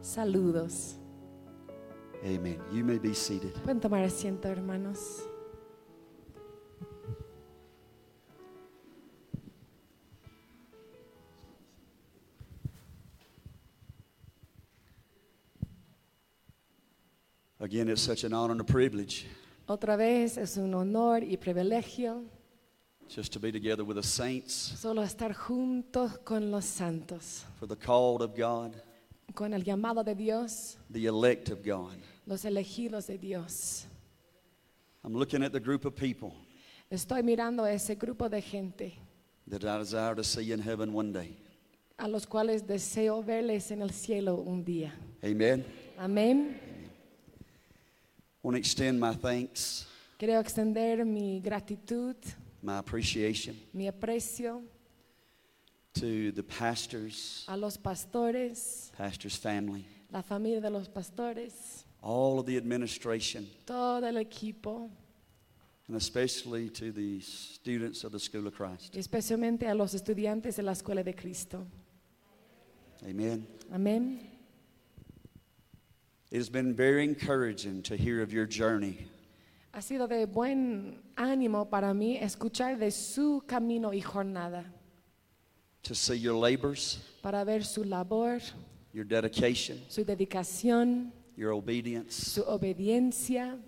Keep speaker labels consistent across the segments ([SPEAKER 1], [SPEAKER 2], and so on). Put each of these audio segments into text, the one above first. [SPEAKER 1] Saludos.
[SPEAKER 2] Amen. You may be seated.
[SPEAKER 1] Pueden tomar asiento, hermanos.
[SPEAKER 2] Again, it's such an honor and a privilege
[SPEAKER 1] Otra vez es un honor y privilegio
[SPEAKER 2] just to be together with the saints
[SPEAKER 1] solo estar juntos con los santos,
[SPEAKER 2] for the called of God,
[SPEAKER 1] con el llamado de Dios,
[SPEAKER 2] the elect of God.
[SPEAKER 1] los elegidos de Dios.
[SPEAKER 2] I'm looking at the group of people
[SPEAKER 1] Estoy mirando a ese grupo de gente
[SPEAKER 2] that I desire to see in heaven one day.
[SPEAKER 1] a los cuales deseo verles en el cielo un día.
[SPEAKER 2] Amen.
[SPEAKER 1] Amén.
[SPEAKER 2] want to extend my thanks,
[SPEAKER 1] Quiero extender mi gratitud,
[SPEAKER 2] my appreciation
[SPEAKER 1] mi aprecio
[SPEAKER 2] to the pastors,
[SPEAKER 1] a los pastores,
[SPEAKER 2] pastor's family,
[SPEAKER 1] la familia de los pastores,
[SPEAKER 2] all of the administration,
[SPEAKER 1] todo el equipo,
[SPEAKER 2] and especially to the students of the School of Christ.
[SPEAKER 1] y especialmente a los estudiantes de la Escuela de Cristo.
[SPEAKER 2] Amen.
[SPEAKER 1] Amén.
[SPEAKER 2] It has been very encouraging to hear of your journey
[SPEAKER 1] Ha sido de buen ánimo para mí escuchar de su camino y jornada,
[SPEAKER 2] to see your labors,
[SPEAKER 1] para ver su labor,
[SPEAKER 2] your dedication,
[SPEAKER 1] su dedicación,
[SPEAKER 2] your obedience,
[SPEAKER 1] su obediencia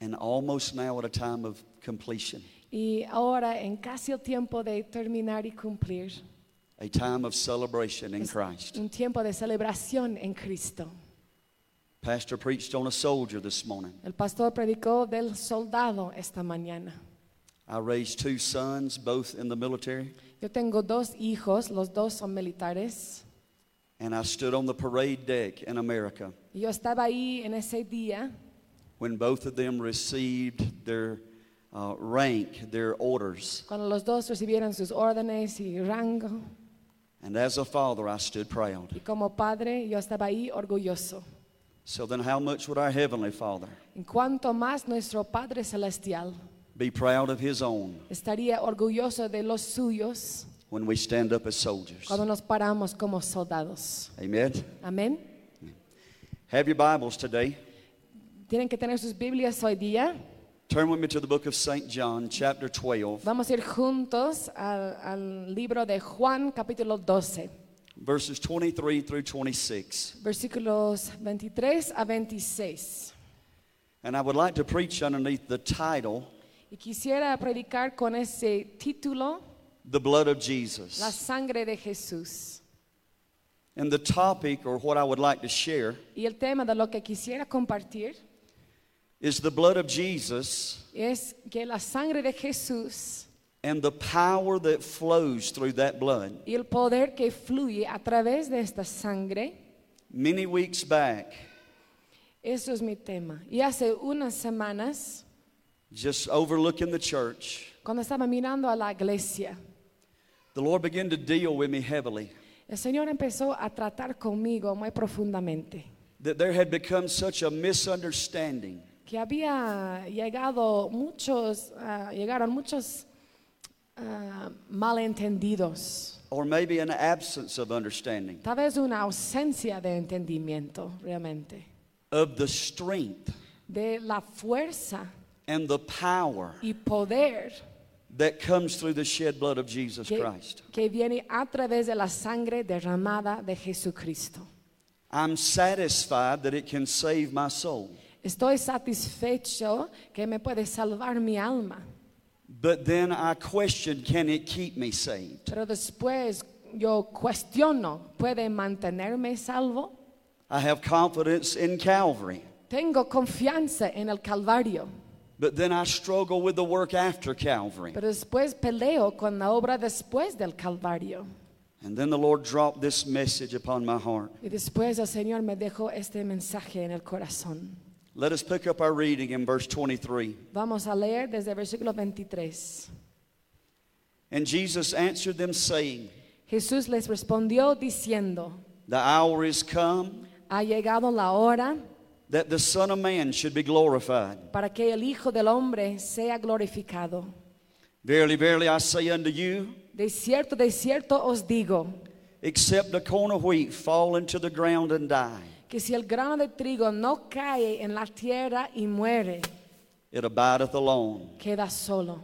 [SPEAKER 2] and almost now at a time of completion,
[SPEAKER 1] y ahora en casi el tiempo de terminar y cumplir,
[SPEAKER 2] a time of celebration in
[SPEAKER 1] Es-
[SPEAKER 2] Christ.
[SPEAKER 1] un tiempo de celebración en Cristo.
[SPEAKER 2] Pastor preached on a soldier this morning.
[SPEAKER 1] El pastor predicó del soldado esta mañana.
[SPEAKER 2] I raised two sons, both in the military,
[SPEAKER 1] Yo tengo dos hijos, los dos son militares.
[SPEAKER 2] and I stood on the parade deck in America
[SPEAKER 1] Y Yo estaba ahí en ese día
[SPEAKER 2] when both of them received their uh, rank, their orders.
[SPEAKER 1] cuando los dos recibieron sus órdenes y rango.
[SPEAKER 2] And as a father, I stood proud.
[SPEAKER 1] Y como padre, yo estaba ahí orgulloso.
[SPEAKER 2] So then, how much would our Heavenly Father
[SPEAKER 1] En cuanto más nuestro Padre Celestial
[SPEAKER 2] be proud of His own
[SPEAKER 1] estaría orgulloso de los suyos
[SPEAKER 2] when we stand up as soldiers?
[SPEAKER 1] cuando nos paramos como soldados.
[SPEAKER 2] Amen.
[SPEAKER 1] Amén.
[SPEAKER 2] Have your Bibles today.
[SPEAKER 1] Tienen que tener sus Biblias hoy día.
[SPEAKER 2] Turn with me to the book of St. John, chapter 12,
[SPEAKER 1] Vamos a ir juntos al, al libro de Juan capítulo 12,
[SPEAKER 2] verses 23 through 26.
[SPEAKER 1] versículos 23 a 26.
[SPEAKER 2] And I would like to preach underneath the title,
[SPEAKER 1] Y quisiera predicar con ese título,
[SPEAKER 2] The Blood of
[SPEAKER 1] La
[SPEAKER 2] Jesus.
[SPEAKER 1] sangre de Jesús.
[SPEAKER 2] And the topic, or what I would like to share,
[SPEAKER 1] Y el tema de lo que quisiera compartir
[SPEAKER 2] is the blood of Jesus
[SPEAKER 1] es que la sangre de Jesús
[SPEAKER 2] and the power that flows through that blood.
[SPEAKER 1] y el poder que fluye a través de esta sangre,
[SPEAKER 2] Many weeks back,
[SPEAKER 1] eso es mi tema. Y hace unas semanas,
[SPEAKER 2] just overlooking the church,
[SPEAKER 1] cuando estaba mirando a la iglesia,
[SPEAKER 2] the Lord began to deal with me heavily
[SPEAKER 1] el Señor empezó a tratar conmigo muy profundamente,
[SPEAKER 2] that there had become such a misunderstanding
[SPEAKER 1] que había llegado muchos, ah, llegaron muchos ah, malentendidos.
[SPEAKER 2] or maybe an absence of understanding
[SPEAKER 1] Tal vez una ausencia de entendimiento realmente,
[SPEAKER 2] of the strength
[SPEAKER 1] de la fuerza
[SPEAKER 2] and the power
[SPEAKER 1] y poder
[SPEAKER 2] that comes through the shed blood of Jesus
[SPEAKER 1] que,
[SPEAKER 2] Christ.
[SPEAKER 1] que viene a través de la sangre derramada de Jesucristo.
[SPEAKER 2] I'm satisfied that it can save my soul.
[SPEAKER 1] Estoy satisfecho que me puede salvar mi alma,
[SPEAKER 2] But then I question can it keep me saved?
[SPEAKER 1] pero después yo cuestiono, ¿puede mantenerme salvo?
[SPEAKER 2] I have confidence in Calvary.
[SPEAKER 1] Tengo confianza en el Calvario,
[SPEAKER 2] But then I struggle with the work after Calvary.
[SPEAKER 1] pero después peleo con la obra después del Calvario.
[SPEAKER 2] And then the Lord dropped this message upon my heart.
[SPEAKER 1] Y después el Señor me dejó este mensaje en el corazón.
[SPEAKER 2] Let us pick up our reading in verse 23.
[SPEAKER 1] Vamos a leer desde el versículo 23.
[SPEAKER 2] And Jesus answered them, saying,
[SPEAKER 1] Jesús les respondió diciendo,
[SPEAKER 2] The hour is come
[SPEAKER 1] ha llegado la hora
[SPEAKER 2] that the Son of Man should be glorified.
[SPEAKER 1] para que el Hijo del Hombre sea glorificado.
[SPEAKER 2] Verily, verily, I say unto you,
[SPEAKER 1] De cierto, de cierto os digo,
[SPEAKER 2] except a corn of wheat fall into the ground and die,
[SPEAKER 1] que si el grano de trigo no cae en la tierra y muere,
[SPEAKER 2] it abideth alone.
[SPEAKER 1] queda solo.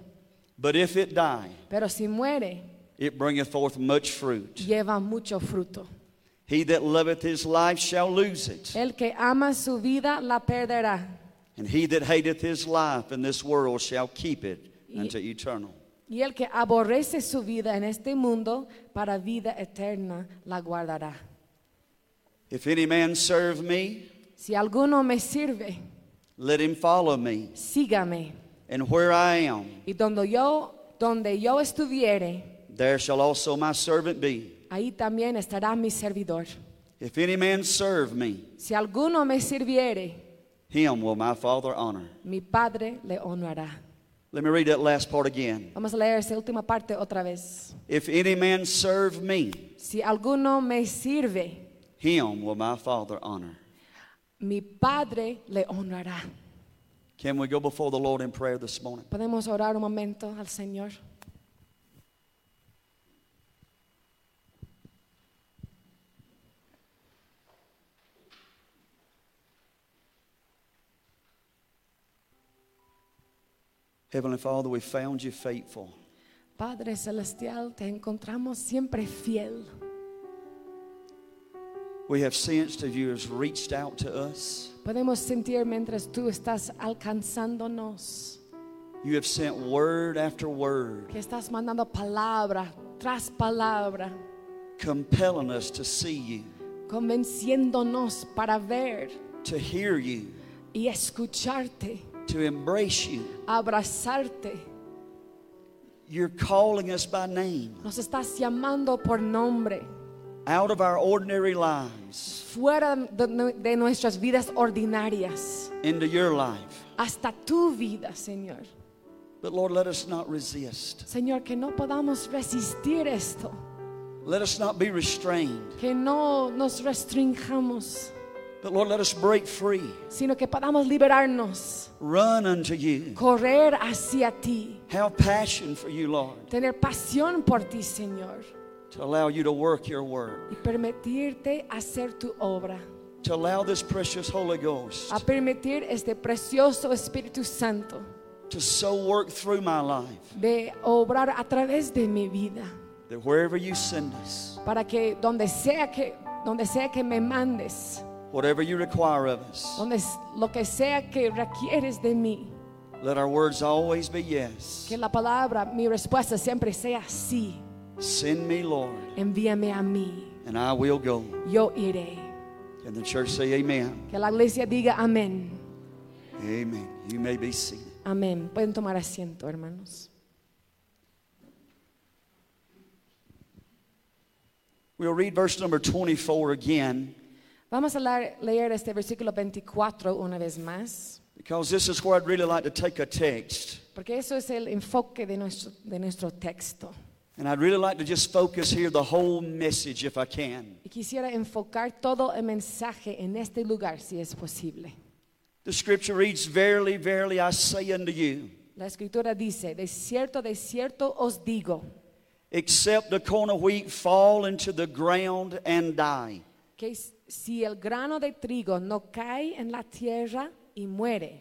[SPEAKER 2] But if it die,
[SPEAKER 1] Pero si muere,
[SPEAKER 2] it bringeth forth much fruit.
[SPEAKER 1] lleva mucho fruto.
[SPEAKER 2] He that loveth his life shall lose it,
[SPEAKER 1] El que ama su vida la perderá.
[SPEAKER 2] and he that hateth his life in this world shall keep it unto eternal.
[SPEAKER 1] Y el que aborrece su vida en este mundo para vida eterna la guardará.
[SPEAKER 2] If any man serve me,
[SPEAKER 1] Si alguno me sirve,
[SPEAKER 2] let him follow me,
[SPEAKER 1] sígame.
[SPEAKER 2] and where I am,
[SPEAKER 1] Y donde yo, donde yo estuviere,
[SPEAKER 2] there shall also my servant be.
[SPEAKER 1] ahí también estará mi servidor.
[SPEAKER 2] If any man serve me,
[SPEAKER 1] Si alguno me sirviere,
[SPEAKER 2] him will my Father honor.
[SPEAKER 1] mi Padre le honrará.
[SPEAKER 2] Let me read that last part again.
[SPEAKER 1] Vamos a leer esa última parte otra vez.
[SPEAKER 2] If any man serve me,
[SPEAKER 1] Si alguno me sirve,
[SPEAKER 2] him will my Father honor.
[SPEAKER 1] mi Padre le honrará.
[SPEAKER 2] Can we go before the Lord in prayer this morning?
[SPEAKER 1] Podemos orar un momento al Señor.
[SPEAKER 2] Heavenly Father, we found you faithful.
[SPEAKER 1] Padre Celestial, te encontramos siempre fiel.
[SPEAKER 2] We have sensed that you has reached out to us.
[SPEAKER 1] Podemos sentir mientras tú estás alcanzándonos,
[SPEAKER 2] You have sent word after word,
[SPEAKER 1] que estás mandando palabra tras palabra,
[SPEAKER 2] compelling us to see you,
[SPEAKER 1] convenciéndonos para ver
[SPEAKER 2] to hear you,
[SPEAKER 1] y escucharte,
[SPEAKER 2] to embrace you.
[SPEAKER 1] abrazarte.
[SPEAKER 2] You're calling us by name
[SPEAKER 1] Nos estás llamando por nombre,
[SPEAKER 2] out of our ordinary lives
[SPEAKER 1] fuera de, nu- de nuestras vidas ordinarias,
[SPEAKER 2] into your life.
[SPEAKER 1] hasta tu vida, Señor.
[SPEAKER 2] But Lord, let us not resist.
[SPEAKER 1] Señor, que no podamos resistir esto,
[SPEAKER 2] Let us not be restrained.
[SPEAKER 1] que no nos restringamos.
[SPEAKER 2] But Lord, let us break free,
[SPEAKER 1] sino que podamos liberarnos,
[SPEAKER 2] run unto you,
[SPEAKER 1] correr hacia ti,
[SPEAKER 2] have passion for you, Lord,
[SPEAKER 1] tener pasión por ti, Señor,
[SPEAKER 2] to allow you to work your word,
[SPEAKER 1] y permitirte hacer tu obra,
[SPEAKER 2] to allow this precious Holy Ghost
[SPEAKER 1] a permitir este precioso Espíritu Santo
[SPEAKER 2] to so work through my life
[SPEAKER 1] de obrar a través de mi vida,
[SPEAKER 2] that wherever you send us,
[SPEAKER 1] para que donde sea que donde sea que me mandes,
[SPEAKER 2] whatever you require of us,
[SPEAKER 1] donde s- lo que sea que requieres de mí,
[SPEAKER 2] let our words always be yes.
[SPEAKER 1] que la palabra, mi respuesta siempre sea sí.
[SPEAKER 2] Send me, Lord,
[SPEAKER 1] Envíame a mí,
[SPEAKER 2] and I will go.
[SPEAKER 1] yo iré.
[SPEAKER 2] And the church say, Amen.
[SPEAKER 1] Que la iglesia diga amén.
[SPEAKER 2] Amen. You may be seated.
[SPEAKER 1] Amén. Pueden tomar asiento, hermanos.
[SPEAKER 2] We'll read verse number 24 again
[SPEAKER 1] Vamos a leer, leer este versículo 24 una vez más,
[SPEAKER 2] because this is where I'd really like to take a text.
[SPEAKER 1] porque eso es el enfoque de nuestro, de nuestro texto.
[SPEAKER 2] And I'd really like to just focus here the whole message if I can.
[SPEAKER 1] Y quisiera enfocar todo el mensaje en este lugar, si es posible.
[SPEAKER 2] The scripture reads, Verily, verily, I say unto you,
[SPEAKER 1] La escritura dice, de cierto, de cierto os digo,
[SPEAKER 2] except a corn of wheat fall into the ground and die,
[SPEAKER 1] que s- si el grano de trigo no cae en la tierra y muere,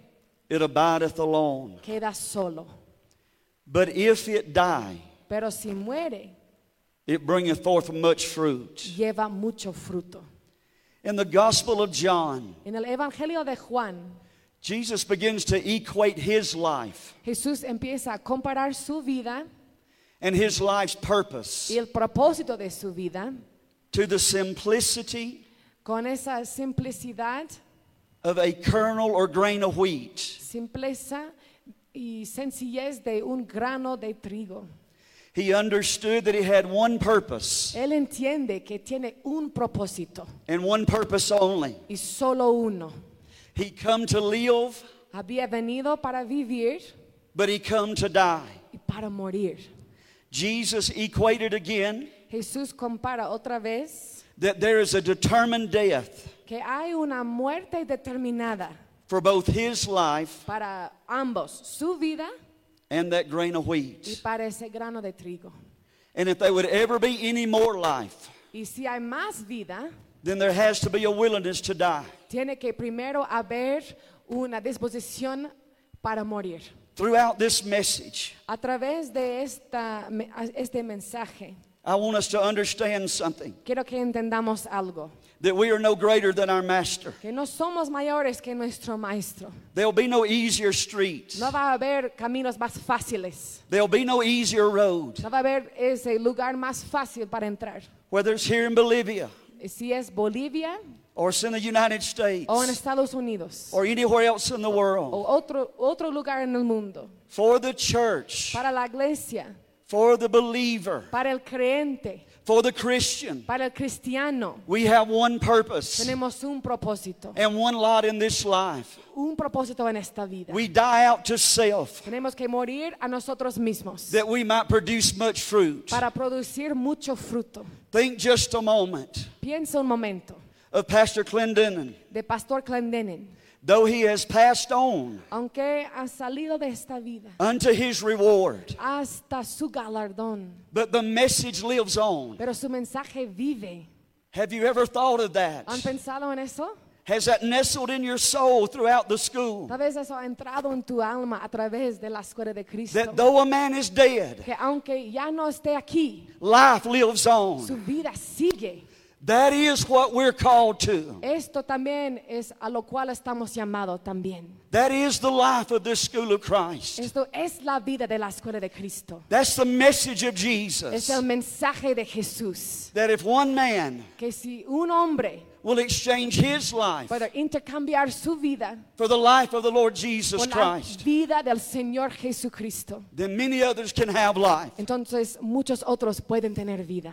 [SPEAKER 2] it abideth alone.
[SPEAKER 1] queda solo.
[SPEAKER 2] But if it die,
[SPEAKER 1] Pero si muere,
[SPEAKER 2] it bringeth forth much fruit.
[SPEAKER 1] lleva mucho fruto.
[SPEAKER 2] In the Gospel of John,
[SPEAKER 1] En el Evangelio de Juan,
[SPEAKER 2] Jesus begins to equate his life
[SPEAKER 1] Jesús empieza a comparar su vida
[SPEAKER 2] and his life's purpose
[SPEAKER 1] y el propósito de su vida
[SPEAKER 2] to the simplicity
[SPEAKER 1] con esa simplicidad,
[SPEAKER 2] of a kernel or grain of wheat.
[SPEAKER 1] simpleza y sencillez de un grano de trigo.
[SPEAKER 2] He understood that he had one purpose
[SPEAKER 1] Él entiende que tiene un propósito
[SPEAKER 2] and one purpose only.
[SPEAKER 1] y solo uno.
[SPEAKER 2] He come to live,
[SPEAKER 1] Había venido para vivir
[SPEAKER 2] but he come to die.
[SPEAKER 1] y para morir.
[SPEAKER 2] Jesus equated again
[SPEAKER 1] Jesús compara otra vez
[SPEAKER 2] that there is a determined death
[SPEAKER 1] que hay una muerte determinada
[SPEAKER 2] for both his life
[SPEAKER 1] para ambos, su vida
[SPEAKER 2] and that grain of
[SPEAKER 1] y
[SPEAKER 2] wheat.
[SPEAKER 1] para ese grano de trigo.
[SPEAKER 2] And if there would ever be any more life,
[SPEAKER 1] Y si hay más vida,
[SPEAKER 2] then there has to be a willingness to die.
[SPEAKER 1] Tiene que primero haber una disposición para morir.
[SPEAKER 2] Throughout this message,
[SPEAKER 1] A través de esta, me- a- este mensaje,
[SPEAKER 2] I want us to understand something
[SPEAKER 1] quiero que entendamos algo,
[SPEAKER 2] that we are no greater than our master.
[SPEAKER 1] que no somos mayores que nuestro maestro.
[SPEAKER 2] There'll be no easier streets,
[SPEAKER 1] No va a haber caminos más fáciles,
[SPEAKER 2] there'll be no easier road,
[SPEAKER 1] no va a haber ese lugar más fácil para entrar. Eh,
[SPEAKER 2] whether it's here in Bolivia
[SPEAKER 1] Si es Bolivia
[SPEAKER 2] or it's in the United
[SPEAKER 1] o en
[SPEAKER 2] States
[SPEAKER 1] Estados Unidos
[SPEAKER 2] or anywhere else in the
[SPEAKER 1] o
[SPEAKER 2] world.
[SPEAKER 1] otro, otro lugar en el mundo,
[SPEAKER 2] For the church,
[SPEAKER 1] para la iglesia,
[SPEAKER 2] for the believer,
[SPEAKER 1] para el creyente,
[SPEAKER 2] for the Christian,
[SPEAKER 1] para el cristiano,
[SPEAKER 2] we have one purpose
[SPEAKER 1] tenemos un propósito,
[SPEAKER 2] and one lot in this life.
[SPEAKER 1] un propósito en esta vida.
[SPEAKER 2] We die out to self
[SPEAKER 1] Tenemos que morir a nosotros mismos
[SPEAKER 2] that we might produce much fruit.
[SPEAKER 1] para producir mucho fruto.
[SPEAKER 2] Think just a moment
[SPEAKER 1] Piensa un momento
[SPEAKER 2] of Pastor Clendenin.
[SPEAKER 1] de Pastor Clendenen,
[SPEAKER 2] Though he has passed on
[SPEAKER 1] aunque ha salido de esta vida
[SPEAKER 2] unto his reward,
[SPEAKER 1] hasta su galardón,
[SPEAKER 2] but the message lives on.
[SPEAKER 1] pero su mensaje vive.
[SPEAKER 2] Have you ever thought of that?
[SPEAKER 1] ¿Han pensado en eso?
[SPEAKER 2] Has that nestled in your soul throughout the school?
[SPEAKER 1] Tal vez eso ha entrado en tu alma a través de la escuela de Cristo.
[SPEAKER 2] That though a man is dead,
[SPEAKER 1] Que aunque ya no esté aquí,
[SPEAKER 2] life lives
[SPEAKER 1] su
[SPEAKER 2] on.
[SPEAKER 1] vida sigue.
[SPEAKER 2] That is what we're called to.
[SPEAKER 1] Esto también es a lo cual estamos llamados también.
[SPEAKER 2] That is the life of this school of Christ.
[SPEAKER 1] Esto es la vida de la escuela de Cristo.
[SPEAKER 2] That's the message of
[SPEAKER 1] Es
[SPEAKER 2] Jesus.
[SPEAKER 1] el mensaje de Jesús.
[SPEAKER 2] That if one man
[SPEAKER 1] Que si un hombre
[SPEAKER 2] will exchange his life
[SPEAKER 1] puede intercambiar su vida
[SPEAKER 2] for the life of the Lord Jesus
[SPEAKER 1] por la
[SPEAKER 2] Christ,
[SPEAKER 1] vida del Señor Jesucristo,
[SPEAKER 2] then many others can have life.
[SPEAKER 1] entonces muchos otros pueden tener vida.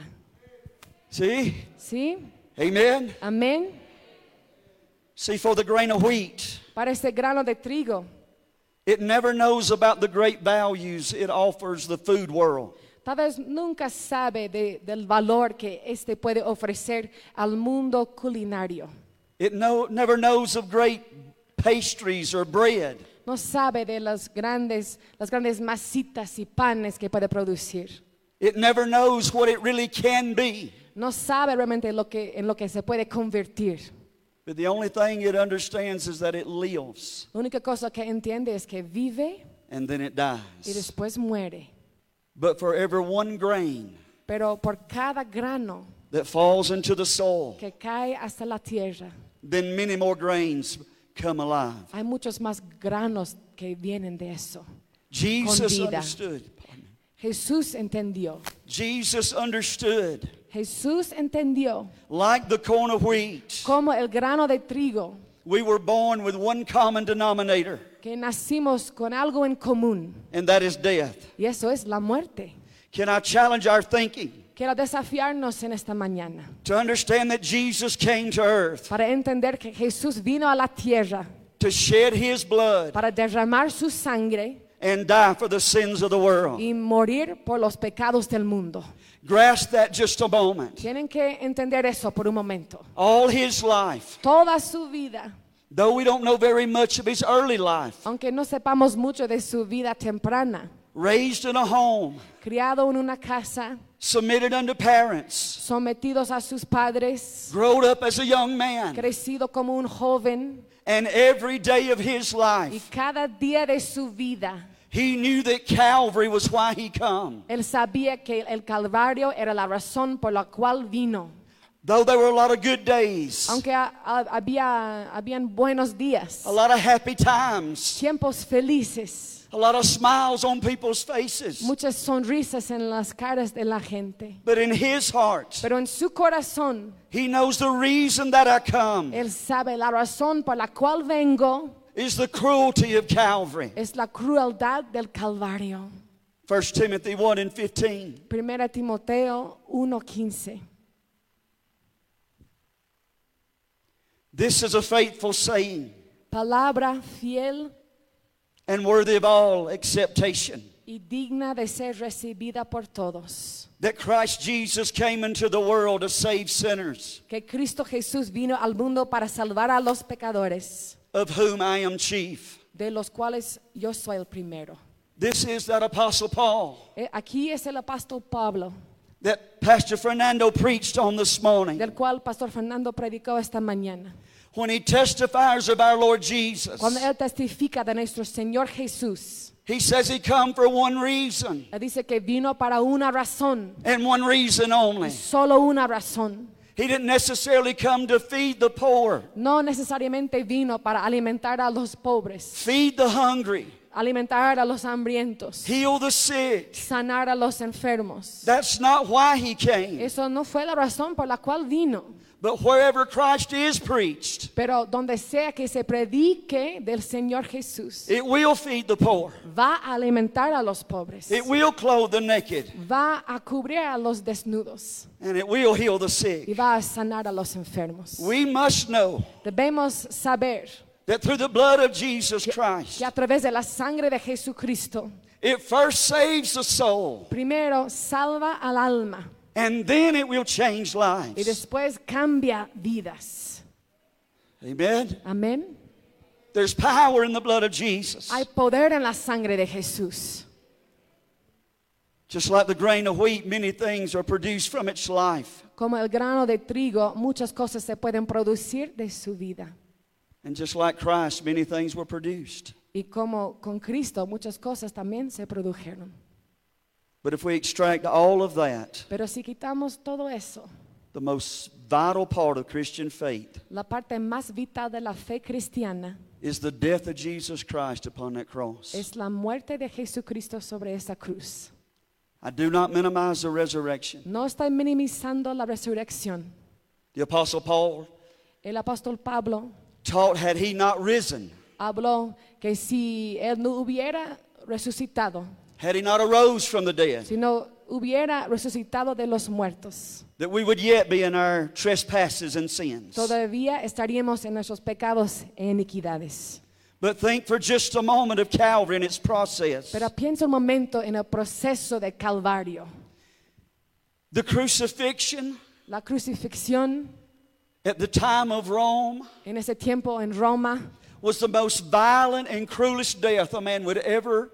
[SPEAKER 2] See?
[SPEAKER 1] ¿Sí?
[SPEAKER 2] Amen.
[SPEAKER 1] Amén.
[SPEAKER 2] See, for the grain of wheat,
[SPEAKER 1] Para este grano de trigo,
[SPEAKER 2] it never knows about the great values it offers the food world.
[SPEAKER 1] tal vez nunca sabe de- del valor que este puede ofrecer al mundo culinario.
[SPEAKER 2] It no, never knows of great pastries or bread.
[SPEAKER 1] No sabe de las grandes, las grandes masitas y panes que puede producir.
[SPEAKER 2] It never knows what it really can be.
[SPEAKER 1] No sabe realmente lo que, en lo que se puede convertir.
[SPEAKER 2] But the only thing it understands is that it lives
[SPEAKER 1] La única cosa que entiende es que vive
[SPEAKER 2] and then it
[SPEAKER 1] y
[SPEAKER 2] dies.
[SPEAKER 1] después muere.
[SPEAKER 2] But for every one grain
[SPEAKER 1] Pero por cada grano
[SPEAKER 2] that falls into the soil,
[SPEAKER 1] que cae hasta la tierra,
[SPEAKER 2] then many more grains come alive.
[SPEAKER 1] hay muchos más granos que vienen de eso.
[SPEAKER 2] Jesus
[SPEAKER 1] Con vida.
[SPEAKER 2] understood.
[SPEAKER 1] Jesús entendió.
[SPEAKER 2] Jesus understood.
[SPEAKER 1] Jesús entendió
[SPEAKER 2] Like the corn of wheat,
[SPEAKER 1] como el grano de trigo,
[SPEAKER 2] we were born with one common denominator,
[SPEAKER 1] que nacimos con algo en común,
[SPEAKER 2] and that is death.
[SPEAKER 1] y eso es la muerte.
[SPEAKER 2] Can I challenge our thinking
[SPEAKER 1] Quiero desafiarnos en esta mañana
[SPEAKER 2] to understand that Jesus came to earth
[SPEAKER 1] para entender que Jesús vino a la tierra
[SPEAKER 2] to shed his blood
[SPEAKER 1] para derramar su sangre
[SPEAKER 2] and die for the sins of the world?
[SPEAKER 1] y morir por los pecados del mundo.
[SPEAKER 2] Grasp that just a moment.
[SPEAKER 1] Tienen que entender eso por un momento.
[SPEAKER 2] All his life,
[SPEAKER 1] Toda su vida,
[SPEAKER 2] though we don't know very much of his early life,
[SPEAKER 1] aunque no sepamos mucho de su vida temprana,
[SPEAKER 2] raised in a home,
[SPEAKER 1] criado en una casa,
[SPEAKER 2] submitted unto parents,
[SPEAKER 1] sometidos a sus padres,
[SPEAKER 2] growed up as a young man,
[SPEAKER 1] crecido como un joven
[SPEAKER 2] And every day of his
[SPEAKER 1] y
[SPEAKER 2] life,
[SPEAKER 1] cada día de su vida,
[SPEAKER 2] he knew that Calvary was why he come.
[SPEAKER 1] él sabía que el Calvario era la razón por la cual vino.
[SPEAKER 2] Though there were a lot of good days,
[SPEAKER 1] Aunque ha- ha- había, habían buenos días,
[SPEAKER 2] a lot of happy times,
[SPEAKER 1] tiempos felices,
[SPEAKER 2] a lot of smiles on people's faces,
[SPEAKER 1] muchas sonrisas en las caras de la gente.
[SPEAKER 2] but in his heart,
[SPEAKER 1] Pero en su corazón,
[SPEAKER 2] he knows the reason that I come
[SPEAKER 1] él sabe la razón por la cual vengo
[SPEAKER 2] is the cruelty of Calvary.
[SPEAKER 1] es la crueldad del Calvario.
[SPEAKER 2] 1 Timothy 1 and 15.
[SPEAKER 1] 1 Timoteo 1:15.
[SPEAKER 2] This is a faithful saying
[SPEAKER 1] Palabra fiel
[SPEAKER 2] and worthy of all acceptation
[SPEAKER 1] y digna de ser recibida por todos.
[SPEAKER 2] that Christ Jesus came into the world to save sinners,
[SPEAKER 1] Que Cristo Jesús vino al mundo para salvar a los pecadores,
[SPEAKER 2] of whom I am chief.
[SPEAKER 1] de los cuales yo soy el primero.
[SPEAKER 2] This is that Apostle Paul
[SPEAKER 1] Eh, Aquí es el apóstol Pablo
[SPEAKER 2] that Pastor Fernando preached on this morning,
[SPEAKER 1] del cual Pastor Fernando predicó esta mañana.
[SPEAKER 2] when he testifies of our Lord Jesus,
[SPEAKER 1] Cuando él testifica de nuestro Señor Jesús,
[SPEAKER 2] he says he come for one reason
[SPEAKER 1] él dice que vino para una razón,
[SPEAKER 2] and one reason only.
[SPEAKER 1] solo una razón.
[SPEAKER 2] He didn't necessarily come to feed the poor,
[SPEAKER 1] No necesariamente vino para alimentar a los pobres,
[SPEAKER 2] feed the hungry,
[SPEAKER 1] alimentar a los hambrientos,
[SPEAKER 2] heal the sick.
[SPEAKER 1] sanar a los enfermos.
[SPEAKER 2] That's not why he came.
[SPEAKER 1] Eso no fue la razón por la cual vino.
[SPEAKER 2] But wherever Christ is preached,
[SPEAKER 1] Pero donde sea que se predique del Señor Jesús,
[SPEAKER 2] it will feed the poor.
[SPEAKER 1] va a alimentar a los pobres,
[SPEAKER 2] It will clothe the naked
[SPEAKER 1] va a cubrir a los desnudos
[SPEAKER 2] and it will heal the
[SPEAKER 1] y
[SPEAKER 2] sick.
[SPEAKER 1] va a sanar a los enfermos.
[SPEAKER 2] We must know
[SPEAKER 1] Debemos saber
[SPEAKER 2] that through the blood of Jesus Christ,
[SPEAKER 1] que a través de la sangre de Jesucristo,
[SPEAKER 2] it first saves the soul
[SPEAKER 1] primero salva al alma
[SPEAKER 2] and then it will change
[SPEAKER 1] y
[SPEAKER 2] lives.
[SPEAKER 1] después cambia vidas.
[SPEAKER 2] Amen.
[SPEAKER 1] Amén.
[SPEAKER 2] There's power in the blood of Jesus.
[SPEAKER 1] Hay poder en la sangre de Jesús.
[SPEAKER 2] Just like the grain of wheat, many things are produced from its life.
[SPEAKER 1] Como el grano de trigo, muchas cosas se pueden producir de su vida.
[SPEAKER 2] And just like Christ, many things were produced.
[SPEAKER 1] Y como con Cristo, muchas cosas también se produjeron.
[SPEAKER 2] But if we extract all of that,
[SPEAKER 1] Pero si quitamos todo eso,
[SPEAKER 2] the most vital part of Christian faith
[SPEAKER 1] la parte más vital de la fe cristiana
[SPEAKER 2] is the death of Jesus Christ upon that cross.
[SPEAKER 1] es la muerte de Jesucristo sobre esa cruz.
[SPEAKER 2] I do not minimize the resurrection.
[SPEAKER 1] No está minimizando la resurrección.
[SPEAKER 2] The Apostle Paul
[SPEAKER 1] El apóstol Pablo
[SPEAKER 2] taught, had he not risen,
[SPEAKER 1] habló que si él no hubiera resucitado,
[SPEAKER 2] had he not arose from the dead,
[SPEAKER 1] si no hubiera resucitado de los muertos,
[SPEAKER 2] that we would yet be in our trespasses and sins.
[SPEAKER 1] todavía estaríamos en nuestros pecados e iniquidades.
[SPEAKER 2] But think for just a moment of Calvary and its process.
[SPEAKER 1] Pero piensa un momento en el proceso de Calvario,
[SPEAKER 2] The crucifixion
[SPEAKER 1] la crucifixión
[SPEAKER 2] at the time of Rome
[SPEAKER 1] en ese tiempo en Roma
[SPEAKER 2] was the most violent and cruelest death a man would ever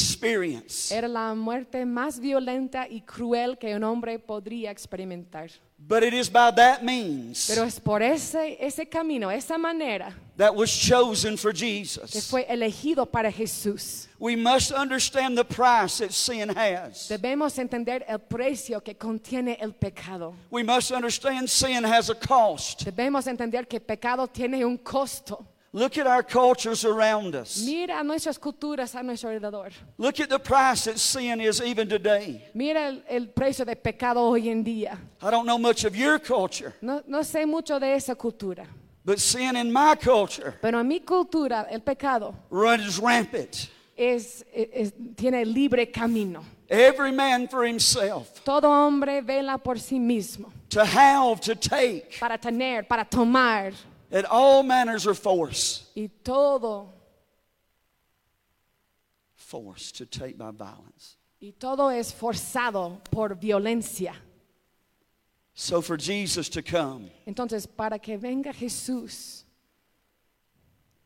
[SPEAKER 2] experience.
[SPEAKER 1] era la muerte más violenta y cruel que un hombre podría experimentar.
[SPEAKER 2] But it is by that means
[SPEAKER 1] Pero es por ese, ese camino, esa manera
[SPEAKER 2] that was chosen for
[SPEAKER 1] que
[SPEAKER 2] Jesus.
[SPEAKER 1] fue elegido para Jesús.
[SPEAKER 2] We must understand the price that sin has.
[SPEAKER 1] Debemos entender el precio que contiene el pecado.
[SPEAKER 2] We must understand sin has a cost.
[SPEAKER 1] Debemos entender que pecado tiene un costo.
[SPEAKER 2] Look at our cultures around us.
[SPEAKER 1] Mira a nuestras culturas a nuestro alrededor.
[SPEAKER 2] Look at the price that sin is even today.
[SPEAKER 1] Mira el, el precio de pecado hoy en día.
[SPEAKER 2] I don't know much of your culture,
[SPEAKER 1] No, no sé mucho de esa cultura,
[SPEAKER 2] but sin in my culture
[SPEAKER 1] pero en mi cultura el pecado
[SPEAKER 2] runs rampant.
[SPEAKER 1] es- eh, es- tiene libre camino.
[SPEAKER 2] Every man for himself
[SPEAKER 1] Todo hombre vela por sí mismo,
[SPEAKER 2] to have, to take,
[SPEAKER 1] para tener, para tomar,
[SPEAKER 2] at all manners are force.
[SPEAKER 1] y todo,
[SPEAKER 2] Force to take by violence.
[SPEAKER 1] y todo es forzado por violencia.
[SPEAKER 2] So for Jesus to come
[SPEAKER 1] Entonces, para que venga Jesús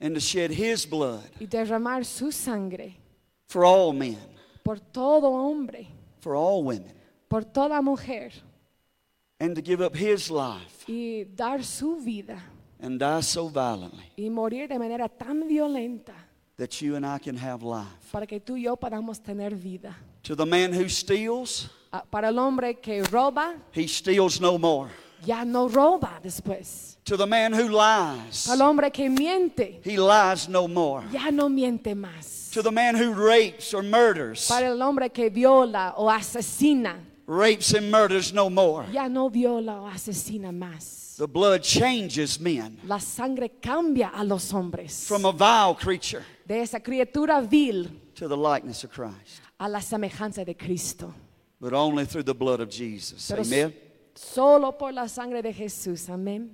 [SPEAKER 2] and to shed his blood
[SPEAKER 1] y derramar su sangre
[SPEAKER 2] for all men,
[SPEAKER 1] por todo hombre,
[SPEAKER 2] for all women,
[SPEAKER 1] por toda mujer,
[SPEAKER 2] and to give up his life
[SPEAKER 1] y dar su vida
[SPEAKER 2] and die so violently
[SPEAKER 1] y morir de manera tan violenta
[SPEAKER 2] that you and I can have life.
[SPEAKER 1] para que tú y yo podamos tener vida.
[SPEAKER 2] To the man who steals,
[SPEAKER 1] Ah, Para el hombre que roba,
[SPEAKER 2] he steals no more.
[SPEAKER 1] ya no roba después.
[SPEAKER 2] To the man who lies,
[SPEAKER 1] Al hombre que miente,
[SPEAKER 2] he lies no more.
[SPEAKER 1] ya no miente más.
[SPEAKER 2] To the man who rapes or murders,
[SPEAKER 1] Para el hombre que viola o asesina,
[SPEAKER 2] rapes and murders no more.
[SPEAKER 1] ya no viola o asesina más.
[SPEAKER 2] The blood changes men
[SPEAKER 1] La sangre cambia a los hombres
[SPEAKER 2] from a vile creature
[SPEAKER 1] de esa criatura vil
[SPEAKER 2] to the likeness of Christ,
[SPEAKER 1] a la semejanza de Cristo.
[SPEAKER 2] but only through the blood of Jesus.
[SPEAKER 1] Pero s-
[SPEAKER 2] Amen.
[SPEAKER 1] solo por la sangre de Jesús, amén.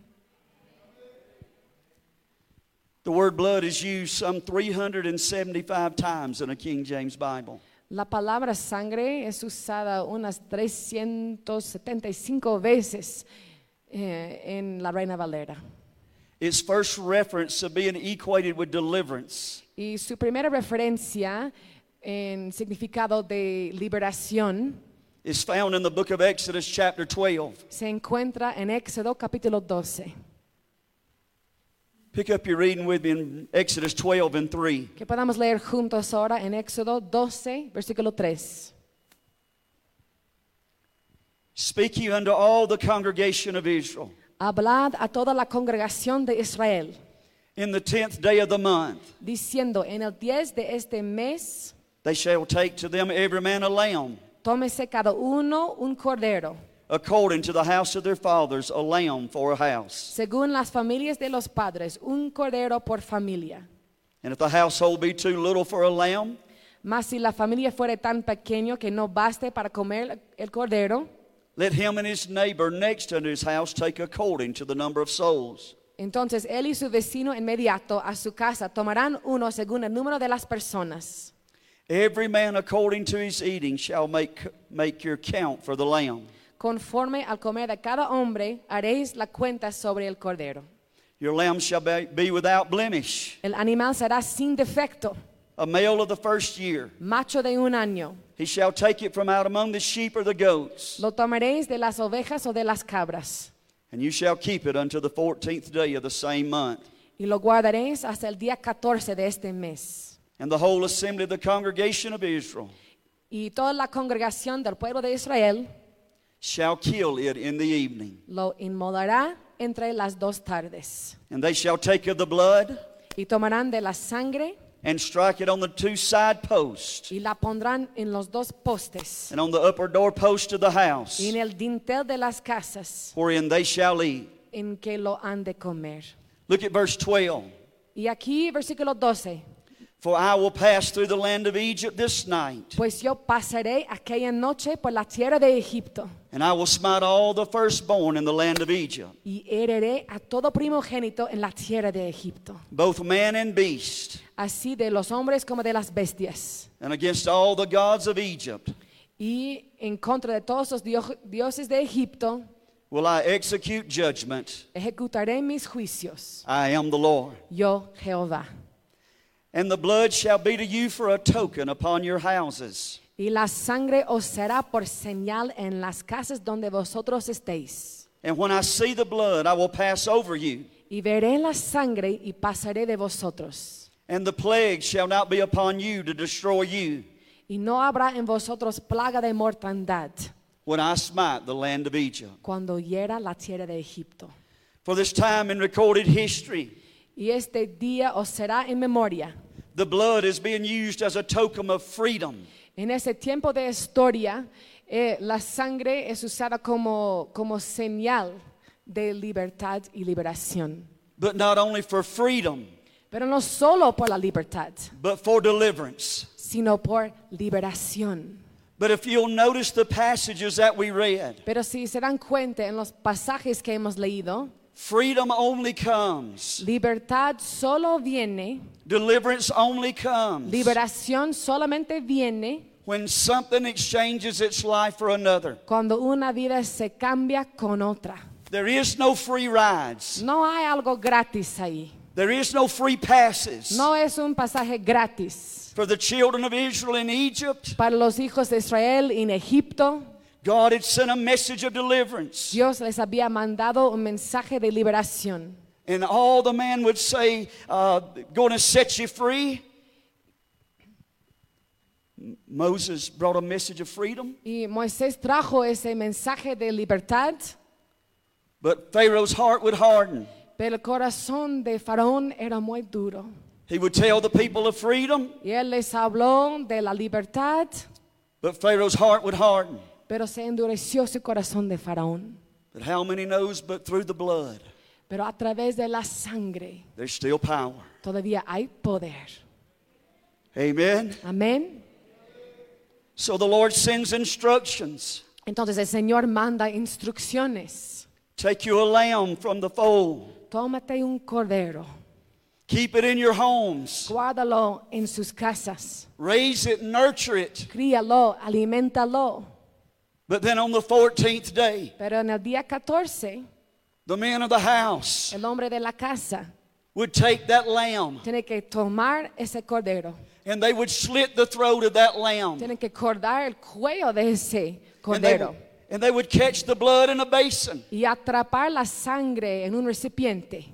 [SPEAKER 2] The word blood is used some 375 times in a King James Bible.
[SPEAKER 1] La palabra sangre es usada unas 375 veces eh, en la Reina Valera.
[SPEAKER 2] Its first reference to being equated with deliverance.
[SPEAKER 1] Y su primera referencia en significado de liberación
[SPEAKER 2] It's found in the book of Exodus, chapter 12.
[SPEAKER 1] Se encuentra en Éxodo capítulo 12.
[SPEAKER 2] Pick up your reading with me in Exodus 12 and 3.
[SPEAKER 1] Que podamos leer juntos ahora en Éxodo 12, versículo 3.
[SPEAKER 2] Speak ye unto all the congregation of Israel
[SPEAKER 1] Hablad a toda la congregación de Israel,
[SPEAKER 2] in the tenth day of the month.
[SPEAKER 1] diciendo, en el 10 de este mes,
[SPEAKER 2] They shall take to them every man a lamb,
[SPEAKER 1] tómese cada uno un cordero,
[SPEAKER 2] according to the house of their fathers, a lamb for a house.
[SPEAKER 1] según las familias de los padres, un cordero por familia.
[SPEAKER 2] And if the household be too little for a lamb,
[SPEAKER 1] Mas si la familia fuere tan pequeño que no baste para comer el cordero,
[SPEAKER 2] let him and his neighbor next unto his house take according to the number of souls.
[SPEAKER 1] entonces él y su vecino inmediato a su casa tomarán uno según el número de las personas.
[SPEAKER 2] Every man according to his eating shall make, make your count for the lamb.
[SPEAKER 1] Conforme al comer de cada hombre, haréis la cuenta sobre el cordero.
[SPEAKER 2] Your lamb shall be, be without blemish,
[SPEAKER 1] El animal será sin defecto,
[SPEAKER 2] a male of the first year.
[SPEAKER 1] macho de un año.
[SPEAKER 2] He shall take it from out among the sheep or the goats,
[SPEAKER 1] Lo tomaréis de las ovejas o de las cabras,
[SPEAKER 2] and you shall keep it unto the fourteenth day of the same month.
[SPEAKER 1] y lo guardaréis hasta el día 14 de este mes.
[SPEAKER 2] And the whole assembly of the congregation of Israel
[SPEAKER 1] Y toda la congregación del pueblo de Israel
[SPEAKER 2] shall kill it in the evening.
[SPEAKER 1] lo inmolará entre las dos tardes.
[SPEAKER 2] And they shall take of the blood
[SPEAKER 1] Y tomarán de la sangre
[SPEAKER 2] and strike it on the two side posts
[SPEAKER 1] y la pondrán en los dos postes,
[SPEAKER 2] and on the upper door post of the house,
[SPEAKER 1] y en el dintel de las casas
[SPEAKER 2] wherein they shall eat.
[SPEAKER 1] en que lo han de comer.
[SPEAKER 2] Look at verse 12.
[SPEAKER 1] Y aquí versículo 12,
[SPEAKER 2] For I will pass through the land of Egypt this night,
[SPEAKER 1] pues yo pasaré aquella noche por la tierra de Egipto
[SPEAKER 2] and I will smite all the firstborn in the land of Egypt,
[SPEAKER 1] y heriré a todo primogénito en la tierra de Egipto,
[SPEAKER 2] both man and beast,
[SPEAKER 1] así de los hombres como de las bestias,
[SPEAKER 2] and against all the gods of Egypt
[SPEAKER 1] y en contra de todos los dio- dioses de Egipto
[SPEAKER 2] will I execute judgment.
[SPEAKER 1] ejecutaré mis juicios,
[SPEAKER 2] I am the Lord.
[SPEAKER 1] yo Jehová.
[SPEAKER 2] And the blood shall be to you for a token upon your houses.
[SPEAKER 1] Y la sangre os será por señal en las casas donde vosotros estéis.
[SPEAKER 2] And when I see the blood, I will pass over you.
[SPEAKER 1] Y veré la sangre y pasaré de vosotros.
[SPEAKER 2] And the plague shall not be upon you to destroy you
[SPEAKER 1] Y no habrá en vosotros plaga de mortandad
[SPEAKER 2] when I smite the land of Egypt.
[SPEAKER 1] cuando hiera la tierra de Egipto.
[SPEAKER 2] For this time in recorded history,
[SPEAKER 1] Y este día os será en memoria.
[SPEAKER 2] the blood is being used as a token of freedom.
[SPEAKER 1] En ese tiempo de historia, eh, la sangre es usada como, como señal de libertad y liberación.
[SPEAKER 2] But not only for freedom,
[SPEAKER 1] Pero no solo por la libertad,
[SPEAKER 2] but for deliverance.
[SPEAKER 1] sino por liberación.
[SPEAKER 2] But if you'll notice the passages that we read,
[SPEAKER 1] Pero si se dan cuenta en los pasajes que hemos leído,
[SPEAKER 2] freedom only comes,
[SPEAKER 1] libertad solo viene,
[SPEAKER 2] deliverance only comes
[SPEAKER 1] liberación solamente viene
[SPEAKER 2] when something exchanges its life for another.
[SPEAKER 1] cuando una vida se cambia con otra.
[SPEAKER 2] There is no free rides,
[SPEAKER 1] No hay algo gratis ahí.
[SPEAKER 2] there is no free passes.
[SPEAKER 1] No es un pasaje gratis.
[SPEAKER 2] For the children of Israel in Egypt,
[SPEAKER 1] Para los hijos de Israel en Egipto,
[SPEAKER 2] God had sent a message of deliverance.
[SPEAKER 1] Dios les había mandado un mensaje de liberación.
[SPEAKER 2] And all the man would say, uh, Going to set you free. M- Moses brought a message of freedom,
[SPEAKER 1] Y Moisés trajo ese mensaje de libertad,
[SPEAKER 2] but Pharaoh's heart would harden.
[SPEAKER 1] pero el corazón de Faraón era muy duro.
[SPEAKER 2] He would tell the people of freedom,
[SPEAKER 1] Y él les habló de la libertad,
[SPEAKER 2] but Pharaoh's heart would harden.
[SPEAKER 1] pero se endureció su corazón de Faraón.
[SPEAKER 2] But how many knows but through the blood
[SPEAKER 1] Pero a través de la sangre
[SPEAKER 2] there's still power.
[SPEAKER 1] todavía hay poder.
[SPEAKER 2] Amen.
[SPEAKER 1] Amén.
[SPEAKER 2] So the Lord sends instructions.
[SPEAKER 1] Entonces el Señor manda instrucciones.
[SPEAKER 2] Take you a lamb from the fold.
[SPEAKER 1] Tómate un cordero,
[SPEAKER 2] Keep it in your homes.
[SPEAKER 1] guárdalo en sus casas,
[SPEAKER 2] raise it, nurture it.
[SPEAKER 1] críalo, aliméntalo.
[SPEAKER 2] But then on the 14th day,
[SPEAKER 1] Pero en el día 14,
[SPEAKER 2] the men of the house
[SPEAKER 1] el hombre de la casa
[SPEAKER 2] would take that lamb
[SPEAKER 1] tiene que tomar ese cordero,
[SPEAKER 2] and they would slit the throat of that lamb
[SPEAKER 1] tiene que cordar el cuello de ese
[SPEAKER 2] And they,
[SPEAKER 1] cordero
[SPEAKER 2] would- and they would catch the blood in a basin.
[SPEAKER 1] y atrapar la sangre en un recipiente.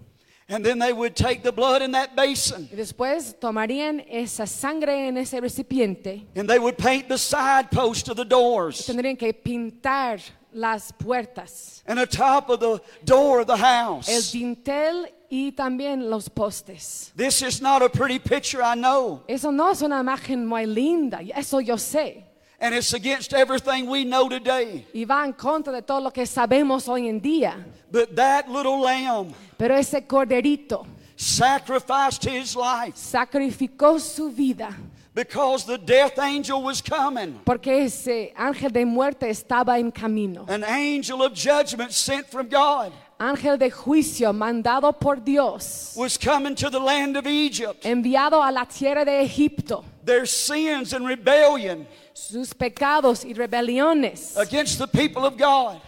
[SPEAKER 2] And then they would take the blood in that basin.
[SPEAKER 1] Y después tomarían esa sangre en ese recipiente.
[SPEAKER 2] And they would paint the side post of the doors
[SPEAKER 1] Tendrían que pintar las puertas,
[SPEAKER 2] and the top of the door of the
[SPEAKER 1] el
[SPEAKER 2] house.
[SPEAKER 1] dintel y también los postes.
[SPEAKER 2] This is not a pretty picture, I know.
[SPEAKER 1] Eso no es una imagen muy linda, y eso yo sé.
[SPEAKER 2] And it's against everything we know today.
[SPEAKER 1] Y va en contra de todo lo que sabemos hoy en día.
[SPEAKER 2] But that little lamb
[SPEAKER 1] Pero ese corderito
[SPEAKER 2] sacrificed his life
[SPEAKER 1] sacrificó su vida
[SPEAKER 2] because the death angel was coming.
[SPEAKER 1] porque ese ángel de muerte estaba en camino.
[SPEAKER 2] An angel of judgment sent from God
[SPEAKER 1] Ángel de juicio mandado por Dios,
[SPEAKER 2] was coming to the land of Egypt.
[SPEAKER 1] enviado a la tierra de Egipto.
[SPEAKER 2] Their sins and rebellion
[SPEAKER 1] Sus pecados y rebeliones
[SPEAKER 2] against the people of God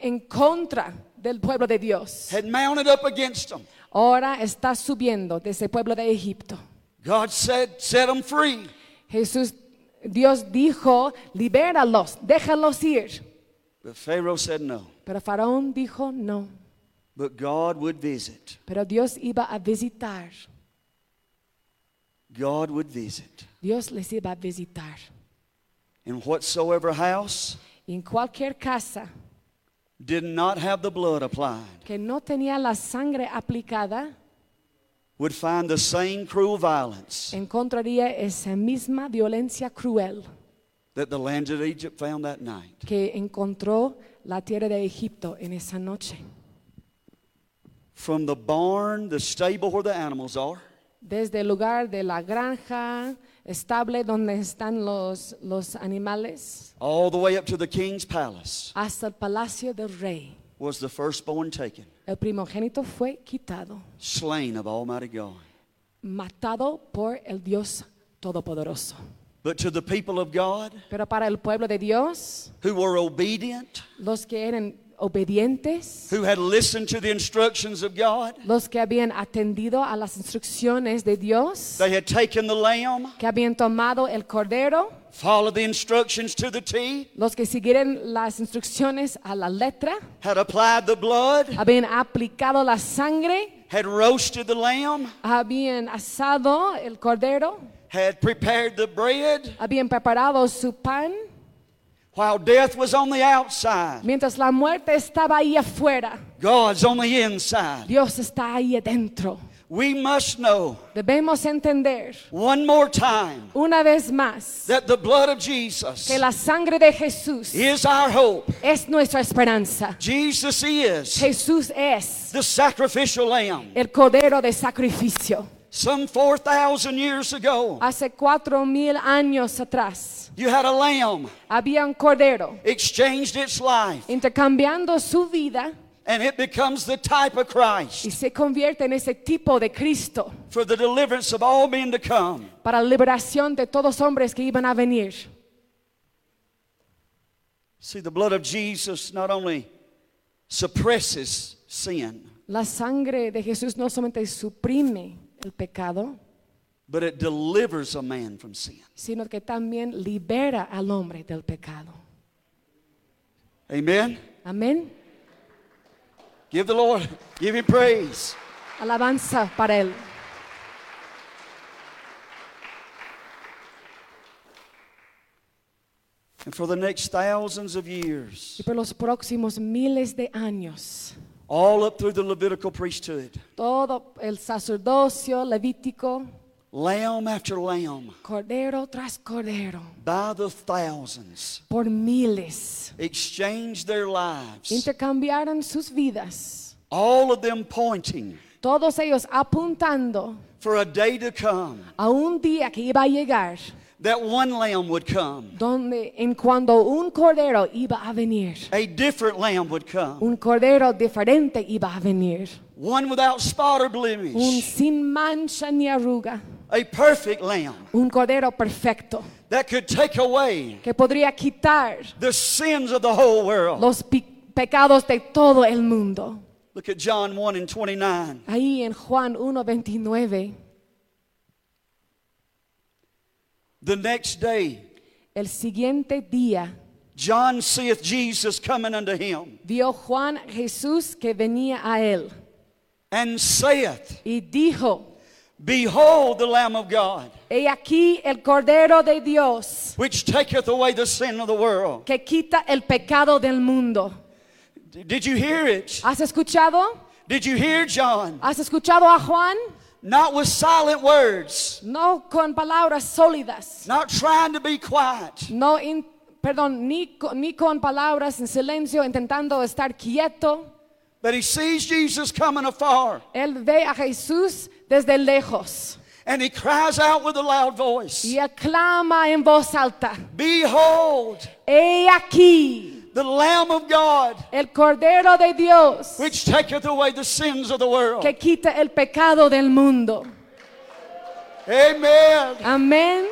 [SPEAKER 1] en contra del pueblo de Dios.
[SPEAKER 2] had mounted up against them.
[SPEAKER 1] Ahora está subiendo desde el pueblo de Egipto.
[SPEAKER 2] God said, Set them free.
[SPEAKER 1] Jesús, Dios dijo, libéralos, déjalos ir.
[SPEAKER 2] But Pharaoh said, No.
[SPEAKER 1] Pero Faraón dijo, no.
[SPEAKER 2] But God would visit.
[SPEAKER 1] Pero Dios iba a visitar.
[SPEAKER 2] God would visit.
[SPEAKER 1] Dios les iba a visitar.
[SPEAKER 2] In whatsoever house
[SPEAKER 1] Y en cualquier casa
[SPEAKER 2] did not have the blood applied
[SPEAKER 1] que no tenía la sangre aplicada,
[SPEAKER 2] would find the same cruel violence
[SPEAKER 1] encontraría esa misma violencia cruel
[SPEAKER 2] that the land of Egypt found that night.
[SPEAKER 1] que encontró la tierra de Egipto en esa noche.
[SPEAKER 2] From the barn, the stable where the animals are,
[SPEAKER 1] Desde el lugar de la granja, estable donde están los, los animales,
[SPEAKER 2] all the way up to the king's palace,
[SPEAKER 1] hasta el palacio del rey.
[SPEAKER 2] was the firstborn taken,
[SPEAKER 1] El primogénito fue quitado,
[SPEAKER 2] slain of Almighty God.
[SPEAKER 1] matado por el Dios Todopoderoso.
[SPEAKER 2] But to the people of God
[SPEAKER 1] Pero para el pueblo de Dios,
[SPEAKER 2] who were obedient,
[SPEAKER 1] los que eran obedientes,
[SPEAKER 2] who had listened to the instructions of God,
[SPEAKER 1] los que habían atendido a las instrucciones de Dios,
[SPEAKER 2] they had taken the lamb,
[SPEAKER 1] que habían tomado el cordero,
[SPEAKER 2] followed the instructions to the T,
[SPEAKER 1] los que siguieron las instrucciones a la letra,
[SPEAKER 2] had applied the blood,
[SPEAKER 1] habían aplicado la sangre,
[SPEAKER 2] had roasted the lamb,
[SPEAKER 1] habían asado el cordero,
[SPEAKER 2] had prepared the bread,
[SPEAKER 1] habían preparado su pan,
[SPEAKER 2] while death was on the outside,
[SPEAKER 1] mientras la muerte estaba ahí afuera.
[SPEAKER 2] God's on the inside.
[SPEAKER 1] Dios está ahí adentro.
[SPEAKER 2] We must know
[SPEAKER 1] Debemos entender
[SPEAKER 2] one more time
[SPEAKER 1] una vez más
[SPEAKER 2] that the blood of Jesus
[SPEAKER 1] que la sangre de Jesús
[SPEAKER 2] is our hope.
[SPEAKER 1] es nuestra esperanza.
[SPEAKER 2] Jesus is
[SPEAKER 1] Jesús es
[SPEAKER 2] the sacrificial lamb.
[SPEAKER 1] el cordero de sacrificio.
[SPEAKER 2] Some 4,000 years ago,
[SPEAKER 1] Hace cuatro mil años atrás
[SPEAKER 2] you had a lamb,
[SPEAKER 1] había un cordero
[SPEAKER 2] exchanged its life,
[SPEAKER 1] intercambiando su vida
[SPEAKER 2] and it becomes the type of Christ
[SPEAKER 1] y se convierte en ese tipo de Cristo
[SPEAKER 2] for the deliverance of all men to come.
[SPEAKER 1] para la liberación de todos hombres que iban a venir.
[SPEAKER 2] See, the blood of Jesus not only suppresses sin,
[SPEAKER 1] La sangre de Jesús no solamente suprime el pecado,
[SPEAKER 2] but it delivers a man from sin.
[SPEAKER 1] sino que también libera al hombre del pecado.
[SPEAKER 2] Amen?
[SPEAKER 1] Amén.
[SPEAKER 2] Give the Lord, give him praise.
[SPEAKER 1] Alabanza para él.
[SPEAKER 2] And for the next thousands of years,
[SPEAKER 1] Y por los próximos miles de años,
[SPEAKER 2] all up through the Levitical priesthood,
[SPEAKER 1] todo el sacerdocio levítico,
[SPEAKER 2] lamb after lamb,
[SPEAKER 1] cordero tras cordero,
[SPEAKER 2] by the thousands,
[SPEAKER 1] por miles,
[SPEAKER 2] exchanged their lives,
[SPEAKER 1] intercambiaron sus vidas,
[SPEAKER 2] all of them pointing
[SPEAKER 1] todos ellos apuntando
[SPEAKER 2] for a day to come
[SPEAKER 1] a un día que iba a llegar,
[SPEAKER 2] that one lamb would come,
[SPEAKER 1] donde en cuando un cordero iba a venir,
[SPEAKER 2] a different lamb would come,
[SPEAKER 1] un cordero diferente iba a venir,
[SPEAKER 2] one without spot or
[SPEAKER 1] un
[SPEAKER 2] blemish,
[SPEAKER 1] sin mancha ni arruga,
[SPEAKER 2] a perfect lamb
[SPEAKER 1] un cordero perfecto
[SPEAKER 2] that could take away
[SPEAKER 1] que podría quitar
[SPEAKER 2] the sins of the whole world.
[SPEAKER 1] los pi- pecados de todo el mundo.
[SPEAKER 2] Look at John 1 and 29.
[SPEAKER 1] Ahí en Juan 1:29,
[SPEAKER 2] The next day,
[SPEAKER 1] el siguiente día
[SPEAKER 2] John seeth Jesus coming unto him,
[SPEAKER 1] Vio Juan Jesús que venía a él
[SPEAKER 2] and saith,
[SPEAKER 1] y dijo,
[SPEAKER 2] Behold the Lamb of God,
[SPEAKER 1] he aquí el Cordero de Dios
[SPEAKER 2] which taketh away the sin of the world.
[SPEAKER 1] que quita el pecado del mundo.
[SPEAKER 2] D- Did you hear it?
[SPEAKER 1] ¿Has escuchado?
[SPEAKER 2] Did you hear John?
[SPEAKER 1] ¿Has escuchado a Juan?
[SPEAKER 2] Not with silent words,
[SPEAKER 1] No con palabras sólidas,
[SPEAKER 2] not trying to be quiet,
[SPEAKER 1] no in- perdón, ni, co- ni con palabras en silencio, intentando estar quieto.
[SPEAKER 2] but he sees Jesus coming afar,
[SPEAKER 1] Él ve a Jesús desde lejos
[SPEAKER 2] and he cries out with a loud voice,
[SPEAKER 1] y aclama en voz alta,
[SPEAKER 2] Behold
[SPEAKER 1] He aquí
[SPEAKER 2] the Lamb of God,
[SPEAKER 1] el Cordero de Dios
[SPEAKER 2] which taketh away the sins of the world.
[SPEAKER 1] que quita el pecado del mundo.
[SPEAKER 2] Amen.
[SPEAKER 1] Amén.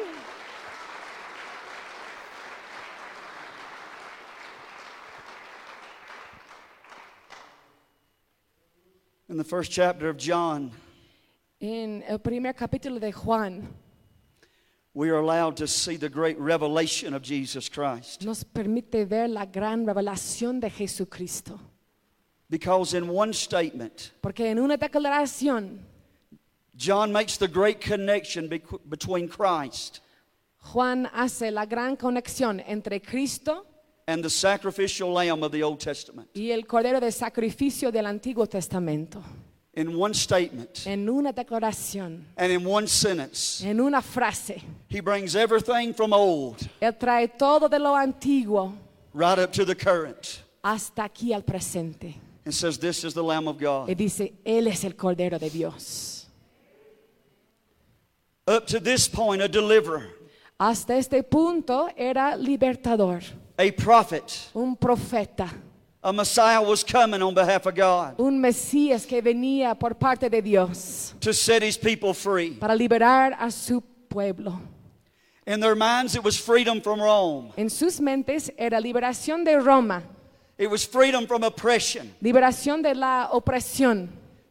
[SPEAKER 2] In the first chapter of John,
[SPEAKER 1] En el primer capítulo de Juan
[SPEAKER 2] we are allowed to see the great revelation of Jesus Christ.
[SPEAKER 1] nos permite ver la gran revelación de Jesucristo,
[SPEAKER 2] Because in one statement,
[SPEAKER 1] porque en una declaración
[SPEAKER 2] John makes the great connection bec- between Christ
[SPEAKER 1] Juan hace la gran conexión entre Cristo
[SPEAKER 2] and the sacrificial lamb of the Old Testament.
[SPEAKER 1] y el Cordero de Sacrificio del Antiguo Testamento.
[SPEAKER 2] In one statement
[SPEAKER 1] En una declaración
[SPEAKER 2] and in one sentence,
[SPEAKER 1] En una frase,
[SPEAKER 2] he brings everything from old
[SPEAKER 1] Él trae todo de lo antiguo
[SPEAKER 2] right up to the current
[SPEAKER 1] hasta aquí al presente.
[SPEAKER 2] and says, This is the Lamb of
[SPEAKER 1] Y
[SPEAKER 2] God.
[SPEAKER 1] dice, Él es el Cordero de Dios.
[SPEAKER 2] Up to this point, a deliverer,
[SPEAKER 1] Hasta este punto era libertador,
[SPEAKER 2] a prophet,
[SPEAKER 1] un profeta,
[SPEAKER 2] a Messiah was coming on behalf of God
[SPEAKER 1] un Mesías que venía por parte de Dios
[SPEAKER 2] to set his people free.
[SPEAKER 1] para liberar a su pueblo.
[SPEAKER 2] In their minds, it was freedom from Rome.
[SPEAKER 1] En sus mentes era liberación de Roma,
[SPEAKER 2] It was freedom from oppression.
[SPEAKER 1] liberación de la opresión.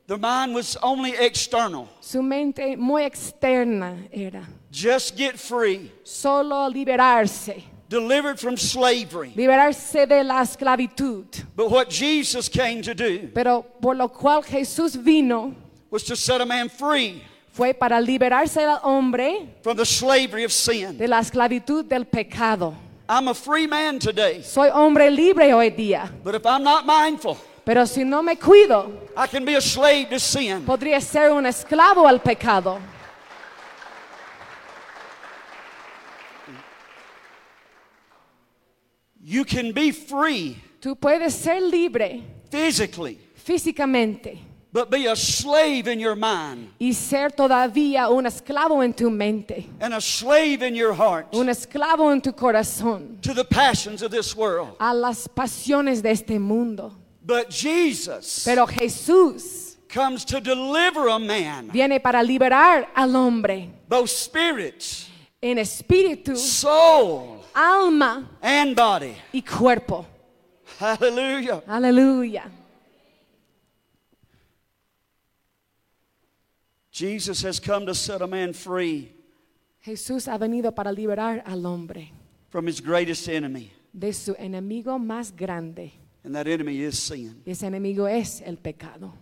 [SPEAKER 2] Their mind was only external.
[SPEAKER 1] Su mente muy externa era,
[SPEAKER 2] Just get free,
[SPEAKER 1] solo liberarse.
[SPEAKER 2] delivered from slavery.
[SPEAKER 1] liberarse de la esclavitud.
[SPEAKER 2] But what Jesus came to do
[SPEAKER 1] Pero por lo cual Jesús vino
[SPEAKER 2] was to set a man free
[SPEAKER 1] fue para liberarse al hombre
[SPEAKER 2] from the slavery of sin.
[SPEAKER 1] de la esclavitud del pecado.
[SPEAKER 2] I'm a free man today,
[SPEAKER 1] Soy hombre libre hoy día,
[SPEAKER 2] but if I'm not mindful,
[SPEAKER 1] pero si no me cuido,
[SPEAKER 2] I can be a slave to sin.
[SPEAKER 1] podría ser un esclavo al pecado.
[SPEAKER 2] You can be free
[SPEAKER 1] Tú puedes ser libre
[SPEAKER 2] physically,
[SPEAKER 1] físicamente
[SPEAKER 2] but be a slave in your mind
[SPEAKER 1] y ser todavía un esclavo en tu mente,
[SPEAKER 2] and a slave in your heart
[SPEAKER 1] un esclavo en tu corazón,
[SPEAKER 2] to the passions of this world.
[SPEAKER 1] a las pasiones de este mundo.
[SPEAKER 2] But Jesus
[SPEAKER 1] Pero Jesús
[SPEAKER 2] comes to deliver a man,
[SPEAKER 1] viene para liberar al hombre
[SPEAKER 2] both spirit,
[SPEAKER 1] en espíritu,
[SPEAKER 2] soul,
[SPEAKER 1] alma
[SPEAKER 2] and body.
[SPEAKER 1] y cuerpo.
[SPEAKER 2] Hallelujah.
[SPEAKER 1] Aleluya.
[SPEAKER 2] Jesus has come to set a man free
[SPEAKER 1] Jesús ha venido para liberar al hombre
[SPEAKER 2] from his greatest enemy,
[SPEAKER 1] de su enemigo más grande.
[SPEAKER 2] and that enemy is sin.
[SPEAKER 1] Y ese enemigo es el pecado.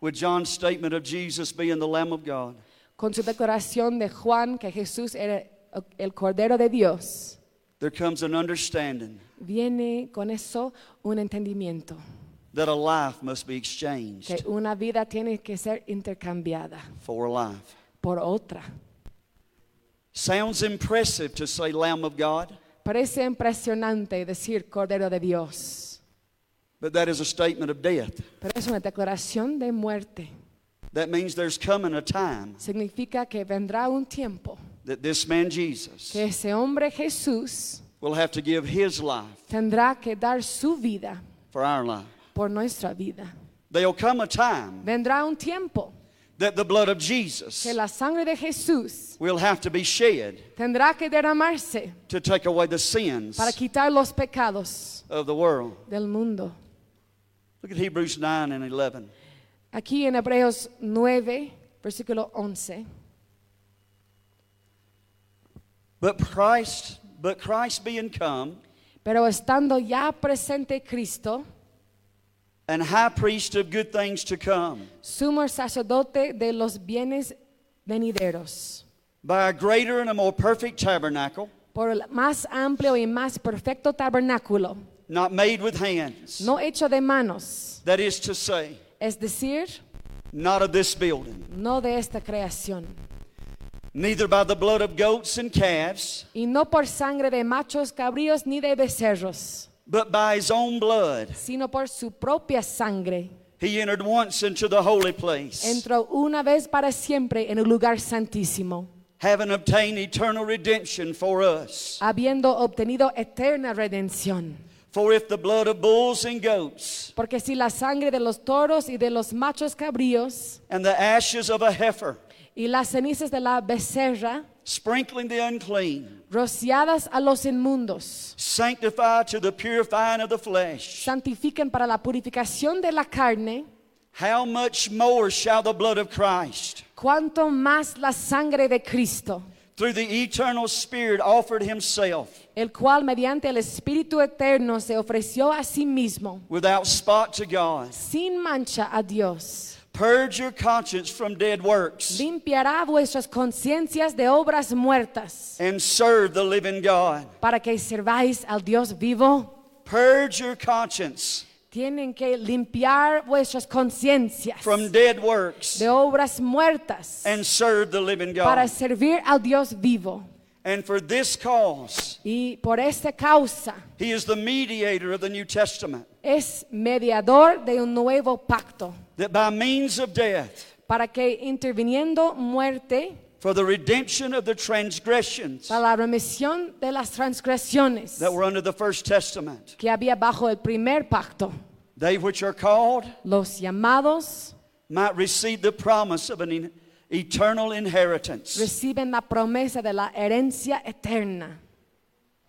[SPEAKER 2] With John's statement of Jesus being the Lamb of God,
[SPEAKER 1] Con su declaración de Juan que Jesús era el Cordero de Dios,
[SPEAKER 2] there comes an understanding
[SPEAKER 1] viene con eso un entendimiento,
[SPEAKER 2] that a life must be exchanged
[SPEAKER 1] que una vida tiene que ser intercambiada
[SPEAKER 2] for a life.
[SPEAKER 1] por otra.
[SPEAKER 2] Sounds impressive to say Lamb of God,
[SPEAKER 1] Parece impresionante decir Cordero de Dios.
[SPEAKER 2] but that is a statement of death.
[SPEAKER 1] Pero es una declaración de muerte.
[SPEAKER 2] That means there's coming a time
[SPEAKER 1] Significa que vendrá un tiempo
[SPEAKER 2] that this man Jesus
[SPEAKER 1] que ese hombre Jesús
[SPEAKER 2] will have to give his life
[SPEAKER 1] tendrá que dar su vida
[SPEAKER 2] for our life.
[SPEAKER 1] por nuestra vida.
[SPEAKER 2] There'll come a time
[SPEAKER 1] Vendrá un tiempo
[SPEAKER 2] that the blood of Jesus
[SPEAKER 1] que la sangre de Jesús
[SPEAKER 2] will have to be shed
[SPEAKER 1] tendrá que derramarse
[SPEAKER 2] to take away the sins
[SPEAKER 1] para quitar los pecados
[SPEAKER 2] of the world.
[SPEAKER 1] del mundo.
[SPEAKER 2] Look at Hebrews 9 and 11.
[SPEAKER 1] Aquí en Hebreos 9, versículo 11.
[SPEAKER 2] But Christ But Christ being come,
[SPEAKER 1] Pero estando ya presente Cristo,
[SPEAKER 2] and high priest of good things to come,
[SPEAKER 1] sumo sacerdote de los bienes venideros,
[SPEAKER 2] by a greater and a more perfect tabernacle,
[SPEAKER 1] por el más amplio y más perfecto tabernáculo,
[SPEAKER 2] not made with hands,
[SPEAKER 1] no hecho de manos,
[SPEAKER 2] that is to say,
[SPEAKER 1] es decir,
[SPEAKER 2] not of this building,
[SPEAKER 1] no de esta creación,
[SPEAKER 2] neither by the blood of goats and calves,
[SPEAKER 1] y no por sangre de machos cabríos ni de becerros,
[SPEAKER 2] but by his own blood.
[SPEAKER 1] sino por su propia sangre.
[SPEAKER 2] He entered once into the holy place,
[SPEAKER 1] Entró una vez para siempre en el lugar santísimo,
[SPEAKER 2] having obtained eternal redemption for us.
[SPEAKER 1] habiendo obtenido eterna redención.
[SPEAKER 2] For if the blood of bulls and goats
[SPEAKER 1] Porque si la sangre de los toros y de los machos cabríos
[SPEAKER 2] and the ashes of a heifer,
[SPEAKER 1] y las cenizas de la becerra,
[SPEAKER 2] sprinkling the unclean,
[SPEAKER 1] rociadas a los inmundos,
[SPEAKER 2] sanctify to the purifying of the flesh,
[SPEAKER 1] santifican para la purificación de la carne,
[SPEAKER 2] how much more shall the blood of Christ,
[SPEAKER 1] cuanto más la sangre de Cristo,
[SPEAKER 2] through the eternal Spirit, offered himself
[SPEAKER 1] el cual mediante el Espíritu Eterno se ofreció a sí mismo,
[SPEAKER 2] without spot to God,
[SPEAKER 1] sin mancha a Dios,
[SPEAKER 2] purge your conscience from dead works,
[SPEAKER 1] limpiará vuestras conciencias de obras muertas,
[SPEAKER 2] and serve the living God.
[SPEAKER 1] para que serváis al Dios vivo.
[SPEAKER 2] Purge your conscience
[SPEAKER 1] Tienen que limpiar vuestras conciencias
[SPEAKER 2] from dead works,
[SPEAKER 1] de obras muertas
[SPEAKER 2] and serve the living
[SPEAKER 1] para
[SPEAKER 2] God.
[SPEAKER 1] servir al Dios vivo.
[SPEAKER 2] And for this cause,
[SPEAKER 1] Y por esta causa
[SPEAKER 2] he is the mediator of the New Testament,
[SPEAKER 1] es mediador de un nuevo pacto
[SPEAKER 2] that by means of death,
[SPEAKER 1] para que interviniendo muerte
[SPEAKER 2] for the redemption of the transgressions
[SPEAKER 1] para la remisión de las transgresiones
[SPEAKER 2] that were under the first testament.
[SPEAKER 1] que había bajo el primer pacto,
[SPEAKER 2] They which are called
[SPEAKER 1] los llamados
[SPEAKER 2] might receive the promise of an en- eternal inheritance
[SPEAKER 1] reciben la promesa de la herencia eterna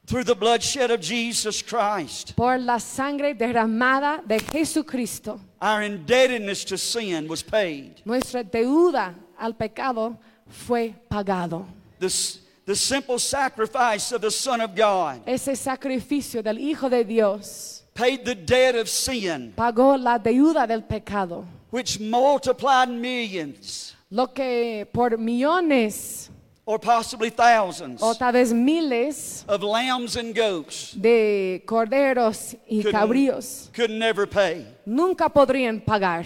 [SPEAKER 2] through the bloodshed of Jesus Christ.
[SPEAKER 1] por la sangre derramada de Jesucristo.
[SPEAKER 2] Our indebtedness to sin was paid.
[SPEAKER 1] Nuestra deuda al pecado fue pagado.
[SPEAKER 2] The, s- the simple sacrifice of the Son of God
[SPEAKER 1] Ese sacrificio del Hijo de Dios
[SPEAKER 2] paid the debt of sin,
[SPEAKER 1] pagó la deuda del pecado,
[SPEAKER 2] which multiplied millions
[SPEAKER 1] lo que por millones
[SPEAKER 2] or possibly thousands
[SPEAKER 1] o tal vez miles
[SPEAKER 2] of lambs and goats
[SPEAKER 1] de corderos y
[SPEAKER 2] Couldn't-
[SPEAKER 1] cabríos
[SPEAKER 2] could never pay.
[SPEAKER 1] nunca podrían pagar.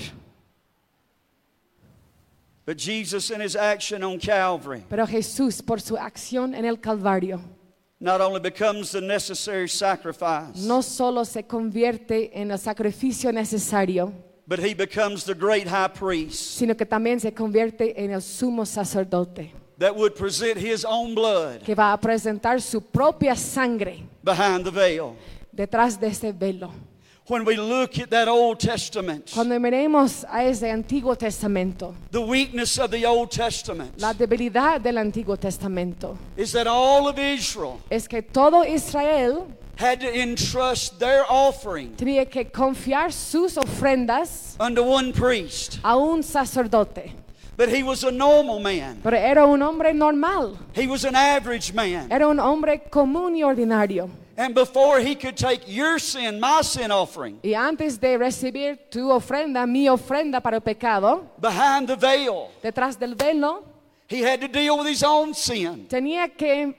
[SPEAKER 2] But Jesus, in his action on Calvary,
[SPEAKER 1] Pero Jesús, por su acción en el Calvario,
[SPEAKER 2] not only becomes the necessary sacrifice,
[SPEAKER 1] no solo se convierte en el sacrificio necesario,
[SPEAKER 2] but he becomes the great high priest
[SPEAKER 1] sino que también se convierte en el sumo sacerdote,
[SPEAKER 2] that would present his own blood
[SPEAKER 1] que va a presentar su propia sangre
[SPEAKER 2] behind the veil.
[SPEAKER 1] detrás de ese velo.
[SPEAKER 2] When we look at that Old Testament,
[SPEAKER 1] Cuando miremos a ese Antiguo Testamento,
[SPEAKER 2] the weakness of the Old Testament
[SPEAKER 1] la debilidad del Antiguo Testamento
[SPEAKER 2] is that all of Israel
[SPEAKER 1] es que todo Israel
[SPEAKER 2] had to entrust their offering
[SPEAKER 1] tenía que confiar sus ofrendas
[SPEAKER 2] unto one priest.
[SPEAKER 1] a un sacerdote,
[SPEAKER 2] But he was a normal man,
[SPEAKER 1] pero era un hombre normal,
[SPEAKER 2] he was an average man.
[SPEAKER 1] era un hombre común y ordinario.
[SPEAKER 2] And before he could take your sin, my sin offering,
[SPEAKER 1] Y antes de recibir tu ofrenda, mi ofrenda para el pecado,
[SPEAKER 2] behind the veil,
[SPEAKER 1] detrás del velo,
[SPEAKER 2] he had to deal with his own sin.
[SPEAKER 1] tenía que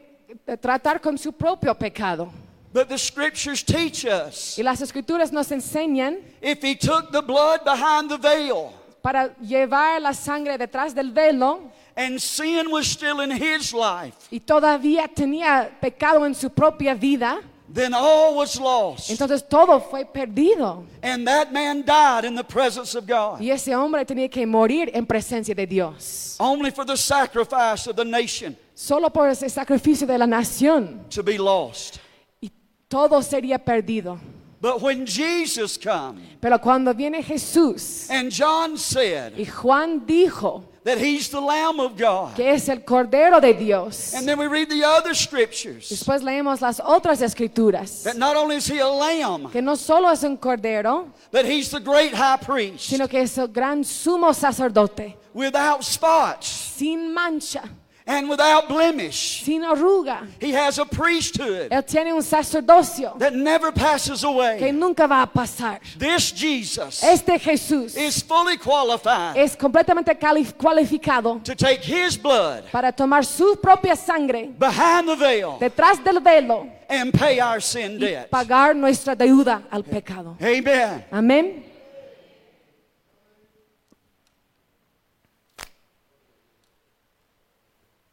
[SPEAKER 1] eh, tratar con su propio pecado.
[SPEAKER 2] But the scriptures teach us
[SPEAKER 1] Y las escrituras nos enseñan
[SPEAKER 2] if he took the blood behind the veil
[SPEAKER 1] para llevar la sangre detrás del velo
[SPEAKER 2] and sin was still in his life,
[SPEAKER 1] y todavía tenía pecado en su propia vida,
[SPEAKER 2] then all was lost.
[SPEAKER 1] entonces todo fue perdido.
[SPEAKER 2] And that man died in the presence of God,
[SPEAKER 1] Y ese hombre tenía que morir en presencia de Dios,
[SPEAKER 2] only for the sacrifice of the nation
[SPEAKER 1] solo por ese sacrificio de la nación,
[SPEAKER 2] to be lost.
[SPEAKER 1] y todo sería perdido.
[SPEAKER 2] But when Jesus come,
[SPEAKER 1] Pero cuando viene Jesús,
[SPEAKER 2] and John said
[SPEAKER 1] y Juan dijo
[SPEAKER 2] that he's the Lamb of God,
[SPEAKER 1] que es el Cordero de Dios,
[SPEAKER 2] and then we read the other scriptures
[SPEAKER 1] después leemos las otras escrituras,
[SPEAKER 2] that not only is he a lamb,
[SPEAKER 1] que no solo es un Cordero,
[SPEAKER 2] but he's the great high priest
[SPEAKER 1] sino que es el gran sumo sacerdote,
[SPEAKER 2] without spots
[SPEAKER 1] sin mancha
[SPEAKER 2] and without blemish.
[SPEAKER 1] sin arruga.
[SPEAKER 2] He has a priesthood
[SPEAKER 1] Él tiene un sacerdocio
[SPEAKER 2] that never passes
[SPEAKER 1] que
[SPEAKER 2] away.
[SPEAKER 1] nunca va a pasar.
[SPEAKER 2] This Jesus
[SPEAKER 1] Este Jesús
[SPEAKER 2] is fully qualified
[SPEAKER 1] es completamente cali- cualificado
[SPEAKER 2] to take his blood
[SPEAKER 1] para tomar su propia sangre
[SPEAKER 2] behind the veil
[SPEAKER 1] detrás del velo
[SPEAKER 2] and pay our sin
[SPEAKER 1] y
[SPEAKER 2] debt.
[SPEAKER 1] pagar nuestra deuda al pecado.
[SPEAKER 2] Amen.
[SPEAKER 1] Amén.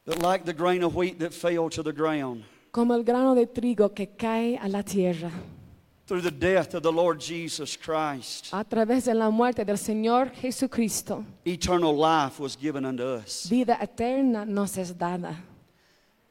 [SPEAKER 2] That like the grain of wheat that fell to the ground
[SPEAKER 1] Como el grano de trigo que cae a la tierra
[SPEAKER 2] through the death of the Lord Jesus Christ,
[SPEAKER 1] a través de la muerte del Señor Jesucristo,
[SPEAKER 2] eternal life was given unto us.
[SPEAKER 1] vida eterna nos es dada.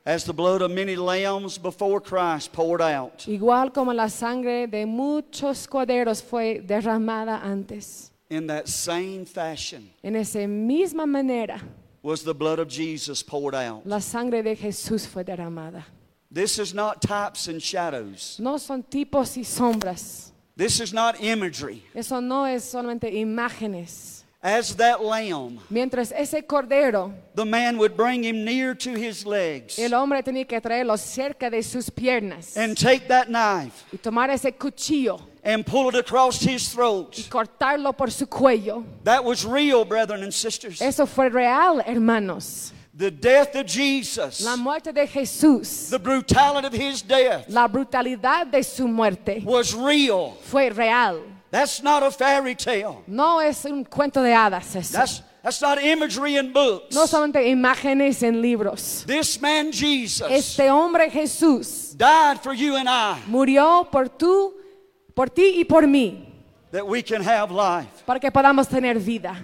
[SPEAKER 2] As the blood of many lambs before Christ poured out
[SPEAKER 1] Igual como la sangre de muchos corderos fue derramada antes,
[SPEAKER 2] in that same fashion
[SPEAKER 1] en esa misma manera
[SPEAKER 2] was the blood of Jesus poured out.
[SPEAKER 1] la sangre de Jesús fue derramada.
[SPEAKER 2] This is not types and shadows.
[SPEAKER 1] No son tipos y sombras.
[SPEAKER 2] This is not imagery.
[SPEAKER 1] Eso no es solamente imágenes.
[SPEAKER 2] As that lamb,
[SPEAKER 1] Mientras ese cordero,
[SPEAKER 2] the man would bring him near to his legs
[SPEAKER 1] el hombre tenía que traerlo cerca de sus piernas
[SPEAKER 2] and take that knife
[SPEAKER 1] y tomar ese cuchillo
[SPEAKER 2] and pull it across his
[SPEAKER 1] y
[SPEAKER 2] throat.
[SPEAKER 1] cortarlo por su cuello.
[SPEAKER 2] That was real, brethren and sisters.
[SPEAKER 1] Eso fue real, hermanos.
[SPEAKER 2] The death of Jesus,
[SPEAKER 1] La muerte de Jesús,
[SPEAKER 2] the brutality of his death
[SPEAKER 1] la brutalidad de su muerte
[SPEAKER 2] was real.
[SPEAKER 1] fue real.
[SPEAKER 2] That's not a fairy tale.
[SPEAKER 1] No es un cuento de hadas eso.
[SPEAKER 2] That's, that's not imagery in books.
[SPEAKER 1] No solamente imágenes en libros.
[SPEAKER 2] This man Jesus
[SPEAKER 1] Este hombre Jesús
[SPEAKER 2] died for you and I
[SPEAKER 1] murió por tú, por ti y por mí,
[SPEAKER 2] that we can have life.
[SPEAKER 1] para que podamos tener vida.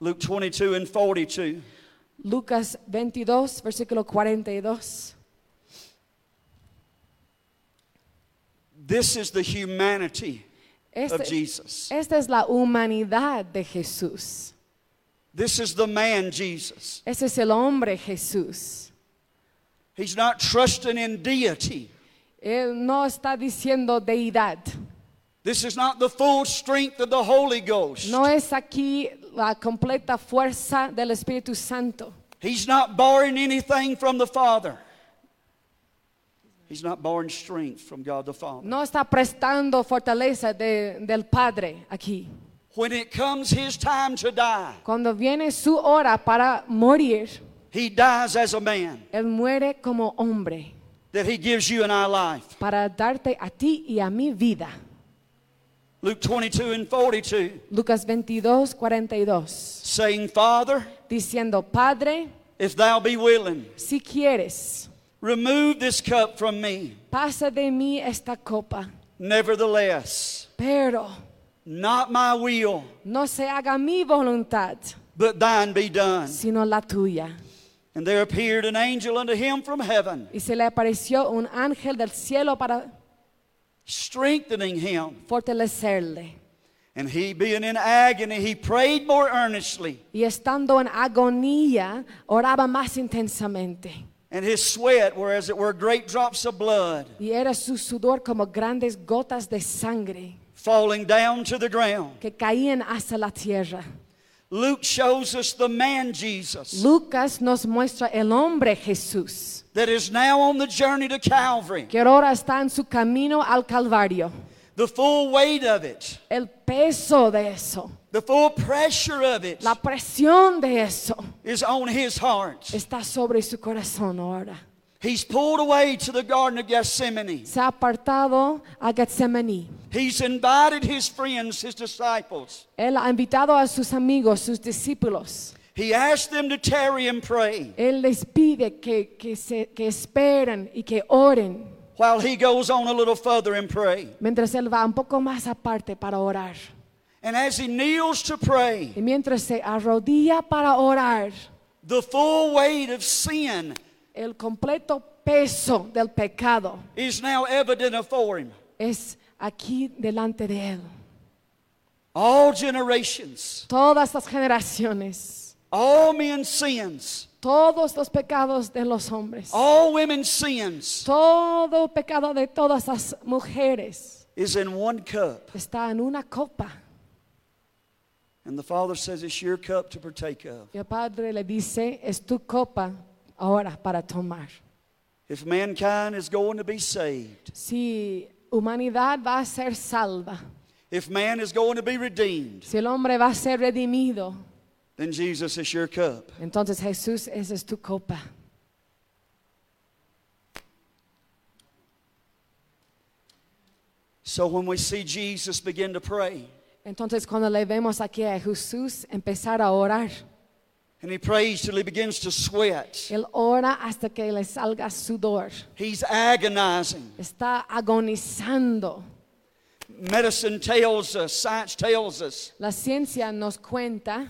[SPEAKER 2] Luke 22 and 42.
[SPEAKER 1] Lucas 22, versículo 42.
[SPEAKER 2] This is the humanity of
[SPEAKER 1] Este-
[SPEAKER 2] Jesus.
[SPEAKER 1] esta es la humanidad de Jesús.
[SPEAKER 2] This is the man Jesus.
[SPEAKER 1] Ese es el hombre Jesús.
[SPEAKER 2] He's not trusting in deity.
[SPEAKER 1] Él no está diciendo deidad.
[SPEAKER 2] This is not the full strength of the Holy Ghost.
[SPEAKER 1] No es aquí la completa fuerza del Espíritu Santo.
[SPEAKER 2] He's not borrowing anything from the Father. He's not borrowing strength from God the Father.
[SPEAKER 1] No está prestando fortaleza de- del Padre aquí.
[SPEAKER 2] When it comes his time to die,
[SPEAKER 1] Cuando viene su hora para morir,
[SPEAKER 2] he dies as a man
[SPEAKER 1] Él muere como hombre
[SPEAKER 2] that he gives you and I life.
[SPEAKER 1] para darte a ti y a mi vida.
[SPEAKER 2] Luke 22 and 42,
[SPEAKER 1] Lucas 22, 42.
[SPEAKER 2] saying, Father,
[SPEAKER 1] Diciendo, Padre,
[SPEAKER 2] if thou be willing,
[SPEAKER 1] si quieres,
[SPEAKER 2] remove this cup from me.
[SPEAKER 1] pasa de mí esta copa,
[SPEAKER 2] Nevertheless,
[SPEAKER 1] pero
[SPEAKER 2] Not my will,
[SPEAKER 1] no se haga mi voluntad,
[SPEAKER 2] but thine be done.
[SPEAKER 1] sino la tuya.
[SPEAKER 2] And there appeared an angel unto him from heaven,
[SPEAKER 1] Y se le apareció un ángel del cielo para
[SPEAKER 2] strengthening him.
[SPEAKER 1] fortalecerle.
[SPEAKER 2] And he, being in agony, he prayed more earnestly,
[SPEAKER 1] Y estando en agonía, oraba más intensamente.
[SPEAKER 2] and his sweat were as it were great drops of blood
[SPEAKER 1] Y era su sudor como grandes gotas de sangre
[SPEAKER 2] falling down to the ground.
[SPEAKER 1] que caían hasta la tierra.
[SPEAKER 2] Luke shows us the man Jesus
[SPEAKER 1] Lucas nos muestra el hombre Jesús,
[SPEAKER 2] that is now on the journey to Calvary,
[SPEAKER 1] que ahora está en su camino al Calvario.
[SPEAKER 2] the full weight of it,
[SPEAKER 1] El peso de eso,
[SPEAKER 2] the full pressure of it
[SPEAKER 1] la presión de eso,
[SPEAKER 2] is on his heart.
[SPEAKER 1] está sobre su corazón ahora.
[SPEAKER 2] He's pulled away to the Garden of Gethsemane.
[SPEAKER 1] Se ha apartado a Getsemaní.
[SPEAKER 2] He's invited his friends, his disciples.
[SPEAKER 1] Él ha invitado a sus amigos, sus discípulos.
[SPEAKER 2] He asked them to tarry and pray
[SPEAKER 1] Él les pide que, que, se, que esperen y que oren,
[SPEAKER 2] while he goes on a little further and pray.
[SPEAKER 1] mientras Él va un poco más aparte para orar.
[SPEAKER 2] And as he kneels to pray,
[SPEAKER 1] Y mientras se arrodilla para orar,
[SPEAKER 2] the full weight of sin
[SPEAKER 1] el completo peso del pecado
[SPEAKER 2] is now evident afore him.
[SPEAKER 1] es aquí delante de Él.
[SPEAKER 2] All generations,
[SPEAKER 1] Todas las generaciones,
[SPEAKER 2] all men's sins,
[SPEAKER 1] todos los pecados de los hombres,
[SPEAKER 2] all women's sins
[SPEAKER 1] todo pecado de todas las mujeres
[SPEAKER 2] is in one cup.
[SPEAKER 1] está en una copa.
[SPEAKER 2] And the Father says, It's your cup to partake of.
[SPEAKER 1] Y el Padre le dice, es tu copa ahora para tomar.
[SPEAKER 2] If mankind is going to be saved,
[SPEAKER 1] Si humanidad va a ser salva,
[SPEAKER 2] if man is going to be redeemed,
[SPEAKER 1] si el hombre va a ser redimido,
[SPEAKER 2] then Jesus, it's your cup.
[SPEAKER 1] entonces Jesús, esa es tu copa.
[SPEAKER 2] So when we see Jesus begin to pray,
[SPEAKER 1] Entonces cuando le vemos aquí a Jesús empezar a orar,
[SPEAKER 2] and he prays till he begins to sweat,
[SPEAKER 1] él ora hasta que le salga sudor,
[SPEAKER 2] he's agonizing.
[SPEAKER 1] está agonizando.
[SPEAKER 2] Medicine tells us, science tells us,
[SPEAKER 1] La ciencia nos cuenta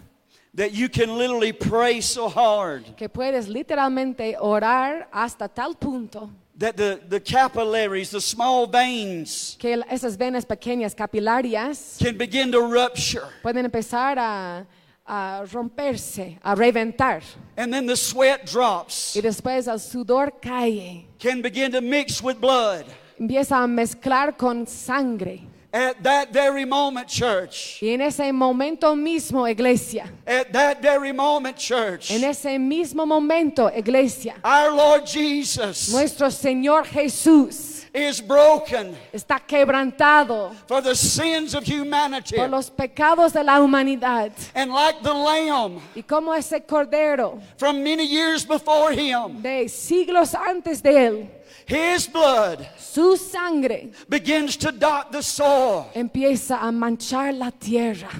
[SPEAKER 2] that you can literally pray so hard
[SPEAKER 1] que puedes literalmente orar hasta tal punto
[SPEAKER 2] that the, the capillaries, the small veins,
[SPEAKER 1] que el- esas venas pequeñas capilarias
[SPEAKER 2] can begin to rupture.
[SPEAKER 1] pueden empezar a, a romperse, a reventar.
[SPEAKER 2] And then the sweat drops
[SPEAKER 1] Y después el sudor cae,
[SPEAKER 2] can begin to mix with blood.
[SPEAKER 1] empieza a mezclar con sangre.
[SPEAKER 2] At that very moment, church,
[SPEAKER 1] Y en ese momento mismo, iglesia,
[SPEAKER 2] at that very moment, church,
[SPEAKER 1] en ese mismo momento, iglesia,
[SPEAKER 2] our Lord Jesus
[SPEAKER 1] nuestro Señor Jesús
[SPEAKER 2] is broken
[SPEAKER 1] está quebrantado
[SPEAKER 2] for the sins of humanity.
[SPEAKER 1] por los pecados de la humanidad.
[SPEAKER 2] And like the lamb
[SPEAKER 1] Y como ese cordero
[SPEAKER 2] from many years before him,
[SPEAKER 1] de siglos antes de él,
[SPEAKER 2] his blood
[SPEAKER 1] su sangre
[SPEAKER 2] begins to dot the soil.
[SPEAKER 1] empieza a manchar la tierra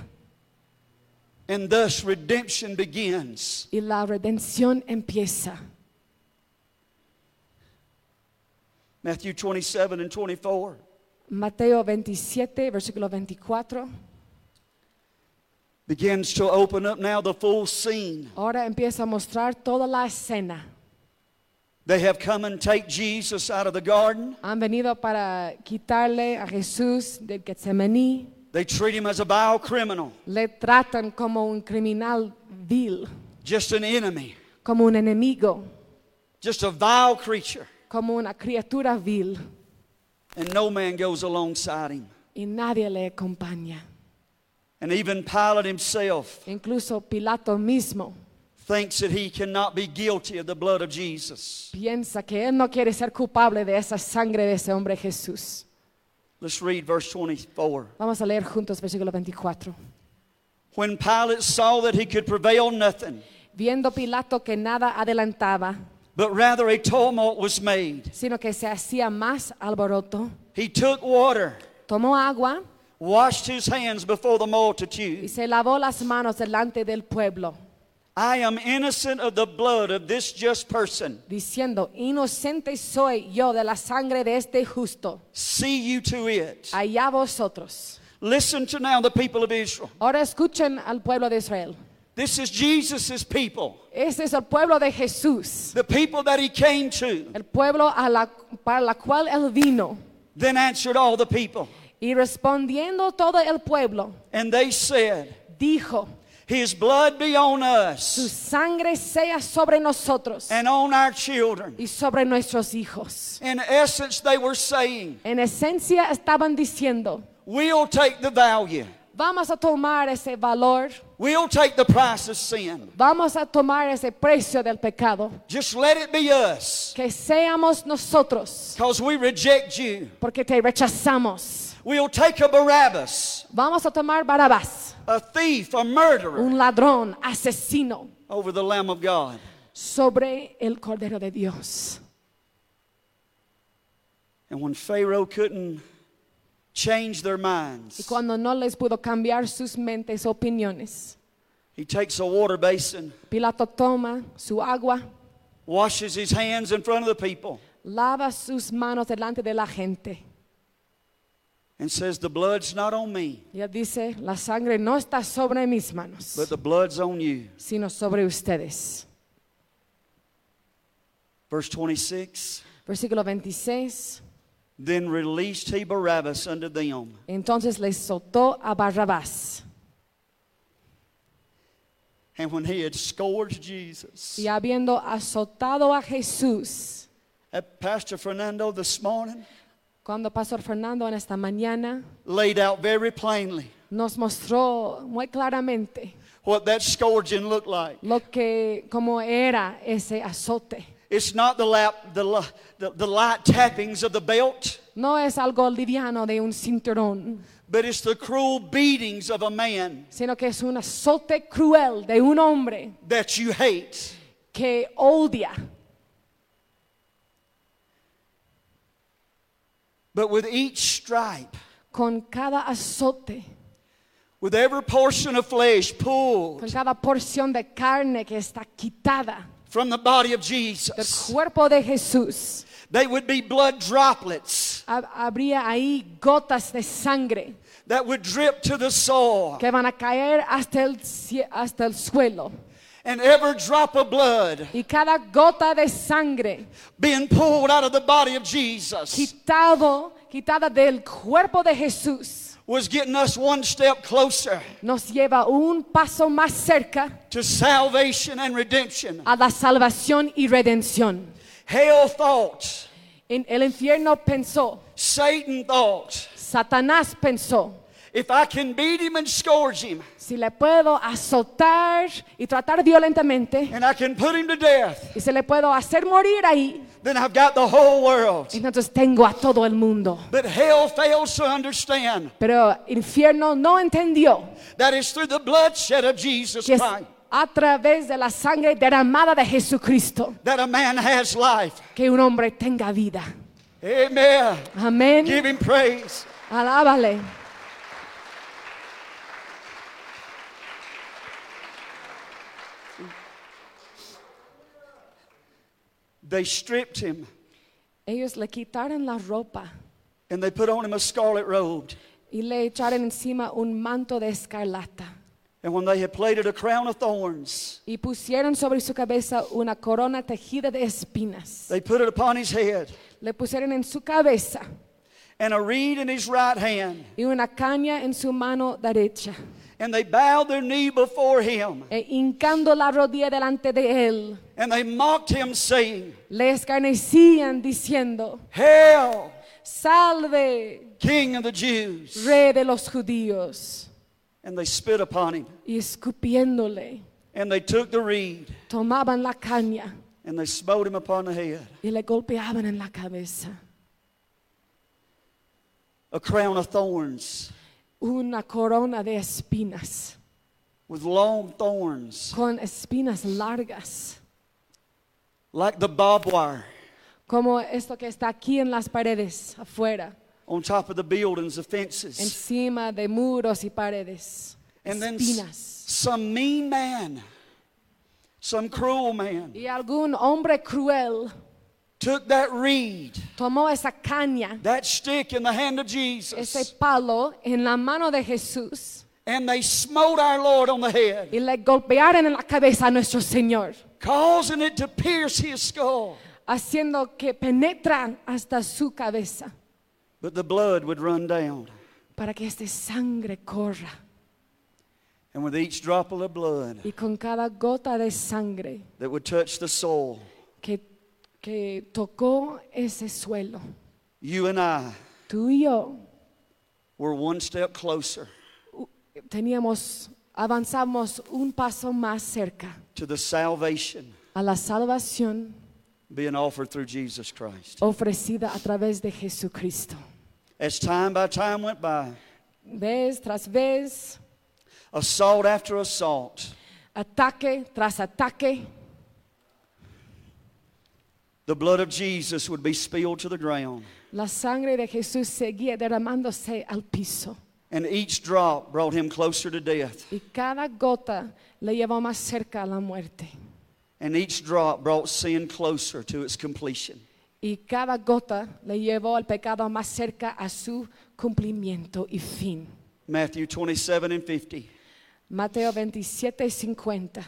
[SPEAKER 2] And thus redemption begins.
[SPEAKER 1] y la redención empieza.
[SPEAKER 2] Matthew 27 and 24.
[SPEAKER 1] Mateo 27, versículo 24.
[SPEAKER 2] begins to open up now the full scene.
[SPEAKER 1] Ahora empieza a mostrar toda la escena.
[SPEAKER 2] They have come and take Jesus out of the garden.
[SPEAKER 1] Han venido para quitarle a Jesús del Getsemaní.
[SPEAKER 2] They treat him as a vile criminal,
[SPEAKER 1] Le tratan como un criminal vil,
[SPEAKER 2] just an enemy,
[SPEAKER 1] como un enemigo,
[SPEAKER 2] just a vile creature.
[SPEAKER 1] como una criatura vil.
[SPEAKER 2] And no man goes alongside him.
[SPEAKER 1] Y nadie le acompaña.
[SPEAKER 2] And even Pilate himself
[SPEAKER 1] Incluso Pilato mismo
[SPEAKER 2] thinks that he cannot be guilty of the blood of Jesus.
[SPEAKER 1] piensa que él no quiere ser culpable de esa sangre de ese hombre Jesús.
[SPEAKER 2] Let's read verse 24.
[SPEAKER 1] Vamos a leer juntos versículo 24.
[SPEAKER 2] When Pilate saw that he could prevail nothing,
[SPEAKER 1] Viendo Pilato que nada adelantaba,
[SPEAKER 2] but rather a tumult was made,
[SPEAKER 1] sino que se hacía más alboroto,
[SPEAKER 2] he took water,
[SPEAKER 1] tomó agua
[SPEAKER 2] washed his hands before the multitude.
[SPEAKER 1] y se lavó las manos delante del pueblo,
[SPEAKER 2] I am innocent of the blood of this just person.
[SPEAKER 1] diciendo, inocente soy yo de la sangre de este justo,
[SPEAKER 2] See you to it.
[SPEAKER 1] allá vosotros.
[SPEAKER 2] Listen to now the people of Israel.
[SPEAKER 1] Ahora escuchen al pueblo de Israel.
[SPEAKER 2] This is Jesus' people,
[SPEAKER 1] Ese es el pueblo de Jesús,
[SPEAKER 2] the people that he came to.
[SPEAKER 1] el pueblo a la- para la cual él vino.
[SPEAKER 2] Then answered all the people,
[SPEAKER 1] Y respondiendo todo el pueblo,
[SPEAKER 2] and they said,
[SPEAKER 1] dijo,
[SPEAKER 2] His blood be on
[SPEAKER 1] su
[SPEAKER 2] us
[SPEAKER 1] sangre sea sobre nosotros
[SPEAKER 2] and on our children.
[SPEAKER 1] y sobre nuestros hijos.
[SPEAKER 2] In essence, they were saying,
[SPEAKER 1] En esencia estaban diciendo,
[SPEAKER 2] We'll take the value,
[SPEAKER 1] vamos a tomar ese valor,
[SPEAKER 2] we'll take the price of sin.
[SPEAKER 1] vamos a tomar ese precio del pecado,
[SPEAKER 2] Just let it be us,
[SPEAKER 1] que seamos nosotros,
[SPEAKER 2] because we reject you.
[SPEAKER 1] porque te rechazamos.
[SPEAKER 2] We'll take a Barabbas,
[SPEAKER 1] Vamos a tomar Barabás,
[SPEAKER 2] a thief, a murderer.
[SPEAKER 1] un ladrón, asesino,
[SPEAKER 2] over the Lamb of God.
[SPEAKER 1] sobre el Cordero de Dios.
[SPEAKER 2] And when Pharaoh couldn't change their
[SPEAKER 1] Y
[SPEAKER 2] minds,
[SPEAKER 1] cuando no les pudo cambiar sus mentes, opiniones,
[SPEAKER 2] he takes a water basin,
[SPEAKER 1] Pilato toma su agua,
[SPEAKER 2] washes his hands in front of the people,
[SPEAKER 1] lava sus manos delante de la gente.
[SPEAKER 2] and says, The blood's not on me,
[SPEAKER 1] Y él dice, la sangre no está sobre mis manos,
[SPEAKER 2] but the blood's on you.
[SPEAKER 1] sino sobre ustedes.
[SPEAKER 2] Verse 26
[SPEAKER 1] Versículo 26.
[SPEAKER 2] Then released he Barabbas unto them.
[SPEAKER 1] Entonces les soltó a Barrabás.
[SPEAKER 2] And when he had scourged Jesus,
[SPEAKER 1] Y habiendo azotado a Jesús,
[SPEAKER 2] uh, at Pastor Fernando this morning,
[SPEAKER 1] Cuando Pastor Fernando en esta mañana
[SPEAKER 2] laid out very plainly
[SPEAKER 1] nos mostró muy claramente
[SPEAKER 2] what that scourging looked like.
[SPEAKER 1] lo que, cómo era ese azote.
[SPEAKER 2] It's not the, lap, the, li- the, the light tappings of the belt,
[SPEAKER 1] No es algo liviano de un cinturón,
[SPEAKER 2] but it's the cruel beatings of a man
[SPEAKER 1] sino que es un azote cruel de un hombre
[SPEAKER 2] that you hate.
[SPEAKER 1] que odia.
[SPEAKER 2] But with each stripe,
[SPEAKER 1] Con cada azote,
[SPEAKER 2] with every portion of flesh pulled
[SPEAKER 1] con cada porción de carne que está quitada
[SPEAKER 2] from the body of
[SPEAKER 1] del
[SPEAKER 2] Jesus,
[SPEAKER 1] cuerpo de Jesús,
[SPEAKER 2] they would be blood droplets
[SPEAKER 1] hab- habría ahí gotas de sangre
[SPEAKER 2] that would drip to the soil.
[SPEAKER 1] que van a caer hasta el, cie- hasta el suelo.
[SPEAKER 2] And every drop of blood
[SPEAKER 1] Y cada gota de sangre
[SPEAKER 2] being pulled out of the body of Jesus
[SPEAKER 1] quitado, quitada del cuerpo de Jesús
[SPEAKER 2] was getting us one step closer
[SPEAKER 1] nos lleva un paso más cerca
[SPEAKER 2] to salvation and redemption.
[SPEAKER 1] a la salvación y redención.
[SPEAKER 2] Hell thought,
[SPEAKER 1] En el infierno pensó,
[SPEAKER 2] Satan thought,
[SPEAKER 1] Satanás pensó,
[SPEAKER 2] if I can beat him and scourge him,
[SPEAKER 1] si le puedo azotar y tratar violentamente
[SPEAKER 2] and I can put him to death,
[SPEAKER 1] y si le puedo hacer morir ahí,
[SPEAKER 2] then I've got the whole world.
[SPEAKER 1] entonces tengo a todo el mundo.
[SPEAKER 2] But hell fails to understand
[SPEAKER 1] Pero infierno no entendió
[SPEAKER 2] that it's through the bloodshed of Jesus
[SPEAKER 1] que es
[SPEAKER 2] Christ
[SPEAKER 1] a través de la sangre derramada de Jesucristo
[SPEAKER 2] that a man has life.
[SPEAKER 1] que un hombre tenga vida.
[SPEAKER 2] Amen.
[SPEAKER 1] Amén.
[SPEAKER 2] Give him praise.
[SPEAKER 1] Alábale.
[SPEAKER 2] They stripped him
[SPEAKER 1] Ellos le quitaron la ropa
[SPEAKER 2] and they put on him a scarlet robe.
[SPEAKER 1] y le echaron encima un manto de escarlata
[SPEAKER 2] And when they had plaited a crown of thorns,
[SPEAKER 1] y pusieron sobre su cabeza una corona tejida de espinas.
[SPEAKER 2] they put it upon his head
[SPEAKER 1] Le pusieron en su cabeza
[SPEAKER 2] and a reed in his right hand.
[SPEAKER 1] y una caña en su mano derecha.
[SPEAKER 2] And they bowed their knee before him
[SPEAKER 1] E hincando la rodilla delante de él,
[SPEAKER 2] and they mocked him, saying,
[SPEAKER 1] le escarnecían diciendo,
[SPEAKER 2] Hail,
[SPEAKER 1] salve,
[SPEAKER 2] King of the Jews.
[SPEAKER 1] rey de los judíos.
[SPEAKER 2] And they spit upon him
[SPEAKER 1] Y escupiéndole,
[SPEAKER 2] and they took the reed
[SPEAKER 1] tomaban la caña
[SPEAKER 2] and they smote him upon the head.
[SPEAKER 1] y le golpeaban en la cabeza.
[SPEAKER 2] A crown of thorns
[SPEAKER 1] Una corona de espinas.
[SPEAKER 2] with long thorns,
[SPEAKER 1] con espinas largas,
[SPEAKER 2] like the barbed wire
[SPEAKER 1] como esto que está aquí en las paredes afuera,
[SPEAKER 2] on top of the buildings, the fences.
[SPEAKER 1] encima de muros y paredes.
[SPEAKER 2] And then s-
[SPEAKER 1] Espinas.
[SPEAKER 2] some mean man, some cruel man,
[SPEAKER 1] Y algún hombre cruel
[SPEAKER 2] took that reed,
[SPEAKER 1] tomó esa caña,
[SPEAKER 2] that stick in the hand of Jesus,
[SPEAKER 1] ese palo en la mano de Jesús
[SPEAKER 2] and they smote our Lord on the head,
[SPEAKER 1] y le golpearon en la cabeza a nuestro Señor,
[SPEAKER 2] causing it to pierce his skull.
[SPEAKER 1] haciendo que penetran hasta su cabeza
[SPEAKER 2] But the blood would run down.
[SPEAKER 1] para que esta sangre corra.
[SPEAKER 2] And with each droplet of blood
[SPEAKER 1] Y con cada gota de sangre
[SPEAKER 2] that would touch the soul,
[SPEAKER 1] que, que tocó ese suelo,
[SPEAKER 2] you and I
[SPEAKER 1] tú y yo
[SPEAKER 2] were one step closer
[SPEAKER 1] u- teníamos, avanzamos un paso más cerca
[SPEAKER 2] to the salvation
[SPEAKER 1] a la salvación
[SPEAKER 2] being offered through Jesus Christ.
[SPEAKER 1] ofrecida a través de Jesucristo.
[SPEAKER 2] As time by time went by,
[SPEAKER 1] Vez tras vez,
[SPEAKER 2] assault after assault,
[SPEAKER 1] ataque tras ataque,
[SPEAKER 2] the blood of Jesus would be spilled to the ground.
[SPEAKER 1] la sangre de Jesús seguía derramándose al piso
[SPEAKER 2] And each drop brought him closer to death.
[SPEAKER 1] y cada gota le llevó más cerca a la muerte
[SPEAKER 2] And each drop brought sin closer to its completion.
[SPEAKER 1] y cada gota le llevó al pecado más cerca a su cumplimiento y fin.
[SPEAKER 2] Matthew 27 and 50.
[SPEAKER 1] Mateo 27, 50.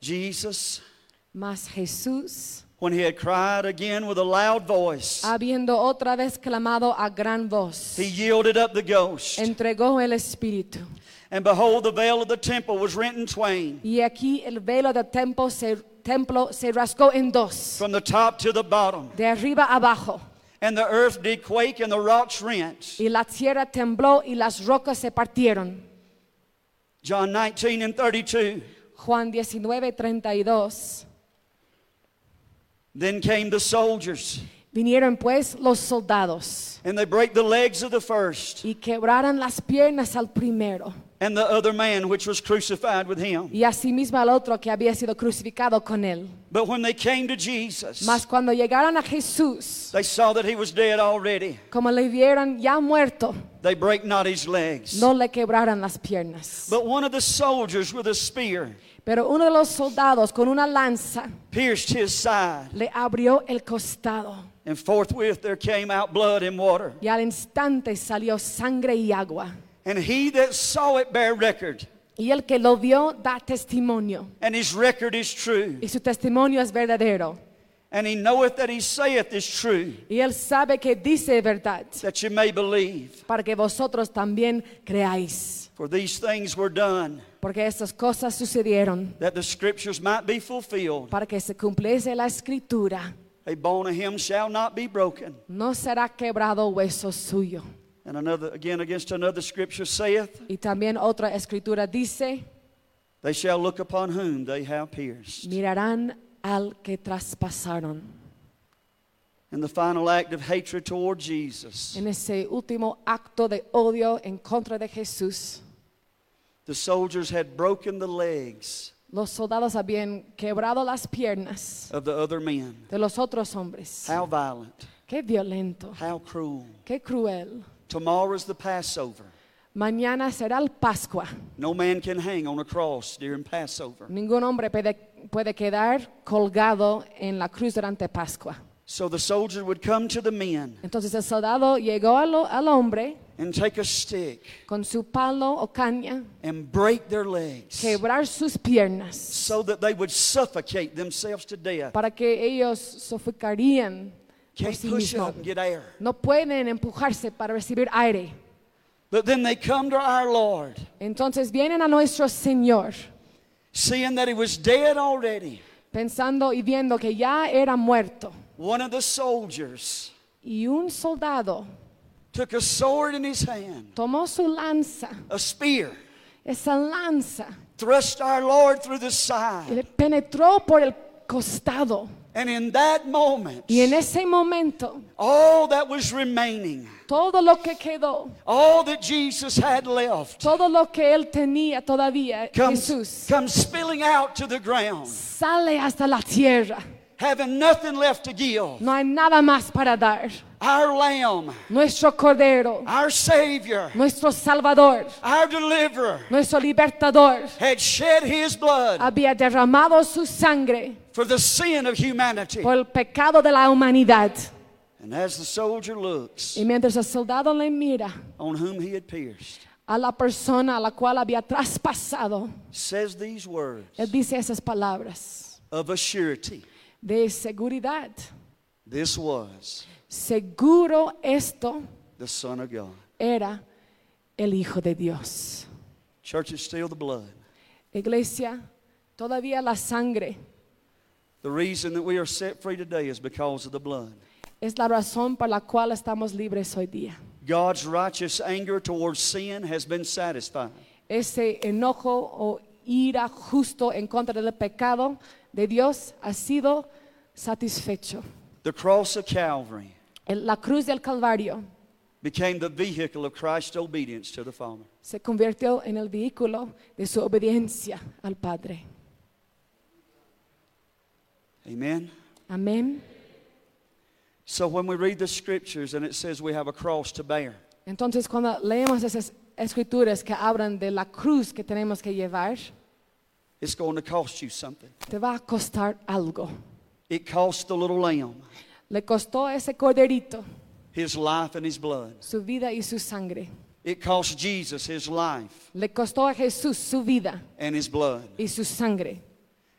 [SPEAKER 2] Jesus,
[SPEAKER 1] Mas Jesús
[SPEAKER 2] when he had cried again with a loud voice,
[SPEAKER 1] habiendo otra vez clamado a gran voz,
[SPEAKER 2] he yielded up the ghost.
[SPEAKER 1] entregó el espíritu.
[SPEAKER 2] And behold, the veil of the temple was rent in twain
[SPEAKER 1] Y aquí el velo del templo se templo se rasgó en dos,
[SPEAKER 2] from the top to the bottom.
[SPEAKER 1] de arriba a abajo,
[SPEAKER 2] And the earth did quake and the rocks rent.
[SPEAKER 1] y la tierra tembló y las rocas se partieron.
[SPEAKER 2] John 19 and 32.
[SPEAKER 1] Juan 19, 32.
[SPEAKER 2] Then came the soldiers,
[SPEAKER 1] Vinieron pues los soldados
[SPEAKER 2] and they brake the legs of the first
[SPEAKER 1] y quebraron las piernas al primero
[SPEAKER 2] and the other man which was crucified with him.
[SPEAKER 1] y asimismo al otro que había sido crucificado con él.
[SPEAKER 2] But when they came to Jesus,
[SPEAKER 1] Mas cuando llegaron a Jesús,
[SPEAKER 2] they saw that he was dead already.
[SPEAKER 1] como le vieron ya muerto,
[SPEAKER 2] They brake not his legs.
[SPEAKER 1] no le quebraron las piernas.
[SPEAKER 2] But one of the soldiers with a spear
[SPEAKER 1] Pero uno de los soldados con una lanza
[SPEAKER 2] pierced his side,
[SPEAKER 1] le abrió el costado
[SPEAKER 2] and forthwith there came out blood and water.
[SPEAKER 1] y al instante salió sangre y agua.
[SPEAKER 2] And he that saw it bare record,
[SPEAKER 1] Y el que lo vio da testimonio
[SPEAKER 2] and his record is true.
[SPEAKER 1] y su testimonio es verdadero.
[SPEAKER 2] And he knoweth that he saith is true,
[SPEAKER 1] Y él sabe que dice verdad
[SPEAKER 2] that you may believe.
[SPEAKER 1] para que vosotros también creáis.
[SPEAKER 2] For these things were done,
[SPEAKER 1] Porque estas cosas sucedieron
[SPEAKER 2] that the scriptures might be fulfilled.
[SPEAKER 1] para que se cumpliese la escritura.
[SPEAKER 2] A bone of him shall not be broken.
[SPEAKER 1] No será quebrado hueso suyo.
[SPEAKER 2] And another again against another scripture saith,
[SPEAKER 1] Y también otra escritura dice,
[SPEAKER 2] They shall look upon whom they have pierced.
[SPEAKER 1] mirarán al que traspasaron.
[SPEAKER 2] And the final act of hatred toward Jesus.
[SPEAKER 1] En ese último acto de odio en contra de Jesús,
[SPEAKER 2] The soldiers had broken the legs
[SPEAKER 1] los soldados habían quebrado las piernas
[SPEAKER 2] of the other men.
[SPEAKER 1] de los otros hombres.
[SPEAKER 2] How violent,
[SPEAKER 1] Qué violento,
[SPEAKER 2] how cruel.
[SPEAKER 1] qué cruel.
[SPEAKER 2] Tomorrow's the Passover.
[SPEAKER 1] Mañana será el Pascua.
[SPEAKER 2] No man can hang on a cross during Passover.
[SPEAKER 1] Ningún hombre puede, puede quedar colgado en la cruz durante Pascua.
[SPEAKER 2] So the soldier would come to the men
[SPEAKER 1] Entonces el soldado llegó al, al hombre
[SPEAKER 2] and take a stick
[SPEAKER 1] con su palo o caña,
[SPEAKER 2] and break their legs
[SPEAKER 1] quebrar sus piernas
[SPEAKER 2] so that they would suffocate themselves to death.
[SPEAKER 1] para que ellos sofocarían por
[SPEAKER 2] Can't
[SPEAKER 1] sí
[SPEAKER 2] push
[SPEAKER 1] mismos.
[SPEAKER 2] up and get air.
[SPEAKER 1] No pueden empujarse para recibir aire.
[SPEAKER 2] But then they come to our Lord,
[SPEAKER 1] Entonces vienen a nuestro Señor
[SPEAKER 2] seeing that he was dead already.
[SPEAKER 1] pensando y viendo que ya era muerto.
[SPEAKER 2] One of the soldiers
[SPEAKER 1] Y un soldado
[SPEAKER 2] took a sword in his hand,
[SPEAKER 1] tomó su lanza,
[SPEAKER 2] a spear,
[SPEAKER 1] esa lanza,
[SPEAKER 2] thrust our Lord through the
[SPEAKER 1] y
[SPEAKER 2] side.
[SPEAKER 1] le penetró por el costado.
[SPEAKER 2] And in that moment,
[SPEAKER 1] Y en ese momento,
[SPEAKER 2] all that was remaining,
[SPEAKER 1] todo lo que quedó,
[SPEAKER 2] all that Jesus had left,
[SPEAKER 1] todo lo que él tenía todavía,
[SPEAKER 2] comes,
[SPEAKER 1] Jesús,
[SPEAKER 2] comes spilling out to the ground,
[SPEAKER 1] sale hasta la tierra.
[SPEAKER 2] having nothing left to give.
[SPEAKER 1] No hay nada más para dar.
[SPEAKER 2] Our Lamb,
[SPEAKER 1] Nuestro Cordero,
[SPEAKER 2] our Savior,
[SPEAKER 1] nuestro Salvador,
[SPEAKER 2] our Deliverer,
[SPEAKER 1] nuestro Libertador,
[SPEAKER 2] had shed his blood
[SPEAKER 1] había derramado su sangre
[SPEAKER 2] for the sin of humanity.
[SPEAKER 1] por el pecado de la humanidad.
[SPEAKER 2] And as the soldier looks
[SPEAKER 1] Y mientras el soldado le mira
[SPEAKER 2] on whom he had pierced,
[SPEAKER 1] a la persona a la cual había traspasado,
[SPEAKER 2] says these words
[SPEAKER 1] él dice esas palabras
[SPEAKER 2] of a surety.
[SPEAKER 1] de seguridad.
[SPEAKER 2] This was
[SPEAKER 1] Seguro esto
[SPEAKER 2] the Son of God.
[SPEAKER 1] era el Hijo de Dios.
[SPEAKER 2] Church is still the blood.
[SPEAKER 1] Iglesia, todavía la sangre
[SPEAKER 2] The reason that we are set free today is because of the blood.
[SPEAKER 1] es la razón por la cual estamos libres hoy día.
[SPEAKER 2] God's righteous anger towards sin has been satisfied.
[SPEAKER 1] Ese enojo o ira justo en contra del pecado de Dios ha sido satisfecho.
[SPEAKER 2] The cross of Calvary
[SPEAKER 1] El- La cruz del Calvario
[SPEAKER 2] became the vehicle of Christ's obedience to the Father.
[SPEAKER 1] se convirtió en el vehículo de su obediencia al Padre.
[SPEAKER 2] Amen.
[SPEAKER 1] Amén.
[SPEAKER 2] So when we read the scriptures and it says we have a cross to bear,
[SPEAKER 1] Entonces cuando leemos esas escrituras que hablan de la cruz que tenemos que llevar,
[SPEAKER 2] it's going to cost you something.
[SPEAKER 1] te va a costar algo.
[SPEAKER 2] It cost the little lamb
[SPEAKER 1] Le costó a ese corderito
[SPEAKER 2] his life and his blood.
[SPEAKER 1] su vida y su sangre.
[SPEAKER 2] It cost Jesus his life
[SPEAKER 1] Le costó a Jesús su vida
[SPEAKER 2] and his blood.
[SPEAKER 1] y su sangre.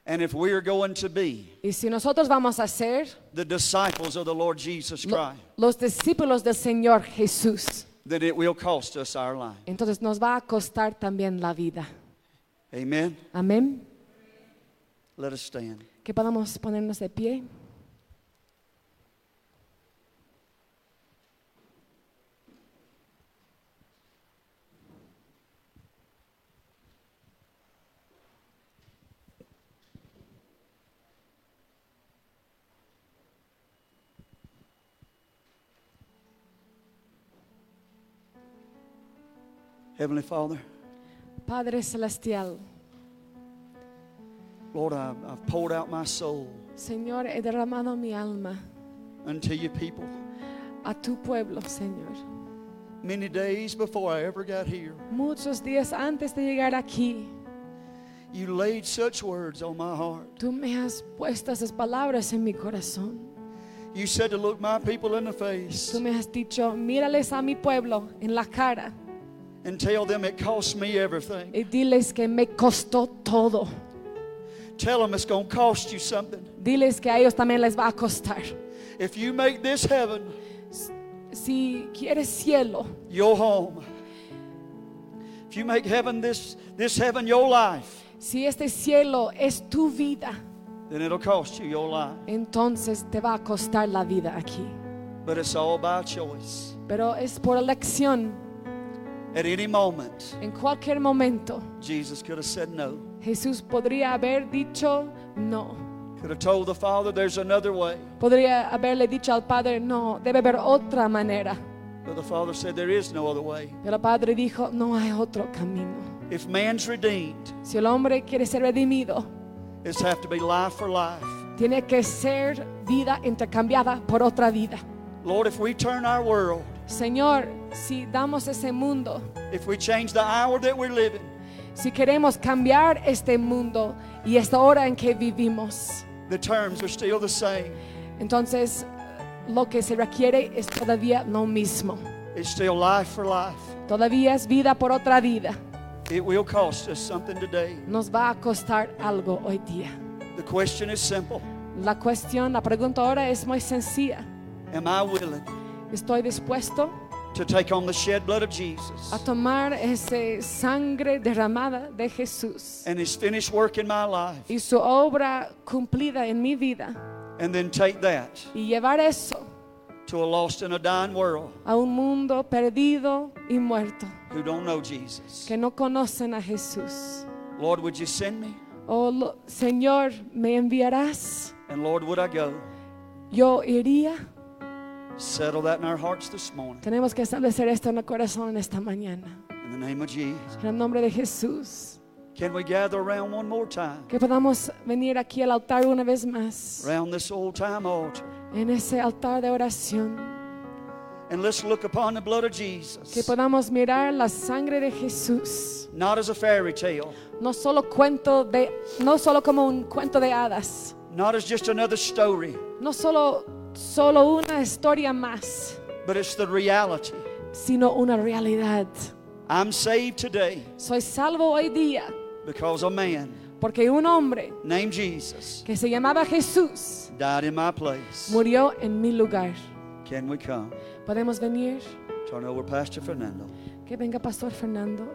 [SPEAKER 2] And if we are going to be
[SPEAKER 1] Y si nosotros vamos a ser
[SPEAKER 2] the disciples of the Lord Jesus
[SPEAKER 1] lo-
[SPEAKER 2] Christ,
[SPEAKER 1] los discípulos del Señor Jesús,
[SPEAKER 2] then it will cost us our life.
[SPEAKER 1] entonces nos va a costar también la vida.
[SPEAKER 2] Amen.
[SPEAKER 1] Amén.
[SPEAKER 2] Let us stand.
[SPEAKER 1] que podamos ponernos de pie.
[SPEAKER 2] Heavenly Father,
[SPEAKER 1] Padre Celestial,
[SPEAKER 2] Lord, I, I've poured out my soul
[SPEAKER 1] Señor, he derramado mi alma
[SPEAKER 2] unto your people.
[SPEAKER 1] a tu pueblo, Señor.
[SPEAKER 2] Many days before I ever got here,
[SPEAKER 1] Muchos días antes de llegar aquí,
[SPEAKER 2] you laid such words on my heart.
[SPEAKER 1] tú me has puesto esas palabras en mi corazón.
[SPEAKER 2] You said to look my people in the face
[SPEAKER 1] Tú me has dicho, mírales a mi pueblo en la cara
[SPEAKER 2] and tell them it cost me everything.
[SPEAKER 1] y diles que me costó todo.
[SPEAKER 2] Tell them it's going to cost you something.
[SPEAKER 1] Diles que a ellos también les va a costar.
[SPEAKER 2] If you make this heaven
[SPEAKER 1] Si quieres cielo,
[SPEAKER 2] your home, if you make heaven this, this heaven your life,
[SPEAKER 1] si este cielo es tu vida,
[SPEAKER 2] then it'll cost you your life.
[SPEAKER 1] entonces te va a costar la vida aquí.
[SPEAKER 2] But it's all by choice.
[SPEAKER 1] Pero es por elección.
[SPEAKER 2] At any moment,
[SPEAKER 1] En cualquier momento,
[SPEAKER 2] Jesus could have said no.
[SPEAKER 1] Jesús podría haber dicho no.
[SPEAKER 2] Could have told the Father there's another way.
[SPEAKER 1] Podría haberle dicho al Padre, no, debe haber otra manera.
[SPEAKER 2] But the Father said there is no other way.
[SPEAKER 1] Pero el Padre dijo, no hay otro camino.
[SPEAKER 2] If man's redeemed,
[SPEAKER 1] Si el hombre quiere ser redimido,
[SPEAKER 2] it's have to be life for life.
[SPEAKER 1] tiene que ser vida intercambiada por otra vida.
[SPEAKER 2] Lord, if we turn our world,
[SPEAKER 1] Señor, si damos ese mundo,
[SPEAKER 2] if we change the hour that we live in,
[SPEAKER 1] si queremos cambiar este mundo y esta hora en que vivimos,
[SPEAKER 2] the terms are still the same.
[SPEAKER 1] entonces lo que se requiere es todavía lo mismo.
[SPEAKER 2] It's still life for life.
[SPEAKER 1] Todavía es vida por otra vida.
[SPEAKER 2] It will cost us something today.
[SPEAKER 1] Nos va a costar algo hoy día.
[SPEAKER 2] The question is simple
[SPEAKER 1] La cuestión, la pregunta ahora es muy sencilla.
[SPEAKER 2] Am I willing
[SPEAKER 1] ¿Estoy dispuesto
[SPEAKER 2] to take on the shed blood of Jesus
[SPEAKER 1] a tomar esa sangre derramada de Jesús?
[SPEAKER 2] and His finished work in my life
[SPEAKER 1] y su obra cumplida en mi vida
[SPEAKER 2] and then take that
[SPEAKER 1] y llevar eso
[SPEAKER 2] to a lost and a dying world
[SPEAKER 1] a un mundo perdido y muerto
[SPEAKER 2] who don't know Jesus?
[SPEAKER 1] que no conocen a Jesús.
[SPEAKER 2] Lord, would you send me?
[SPEAKER 1] Oh lo- Señor, ¿me enviarás?
[SPEAKER 2] And Lord, would I go?
[SPEAKER 1] Yo iría.
[SPEAKER 2] Settle that in our hearts this morning.
[SPEAKER 1] Tenemos que establecer esto en el corazón en esta mañana.
[SPEAKER 2] In the name of Jesus.
[SPEAKER 1] En el nombre de Jesús.
[SPEAKER 2] Can we gather around one more time?
[SPEAKER 1] Que podamos venir aquí al altar una vez más.
[SPEAKER 2] Around this old time altar.
[SPEAKER 1] En ese altar de oración.
[SPEAKER 2] And let's look upon the blood of
[SPEAKER 1] Que
[SPEAKER 2] Jesus.
[SPEAKER 1] podamos mirar la sangre de Jesús.
[SPEAKER 2] Not as a fairy tale,
[SPEAKER 1] No solo, cuento de, no solo como un cuento de hadas.
[SPEAKER 2] not as just another story,
[SPEAKER 1] no solo, solo una historia más,
[SPEAKER 2] but it's the reality.
[SPEAKER 1] sino una realidad.
[SPEAKER 2] I'm saved today
[SPEAKER 1] Soy salvo hoy día
[SPEAKER 2] because a man
[SPEAKER 1] porque un hombre
[SPEAKER 2] named Jesus
[SPEAKER 1] que se llamaba Jesús
[SPEAKER 2] died in my place.
[SPEAKER 1] murió en mi lugar.
[SPEAKER 2] Can we come?
[SPEAKER 1] ¿Podemos venir?
[SPEAKER 2] Turn over Pastor Fernando.
[SPEAKER 1] Que venga Pastor Fernando.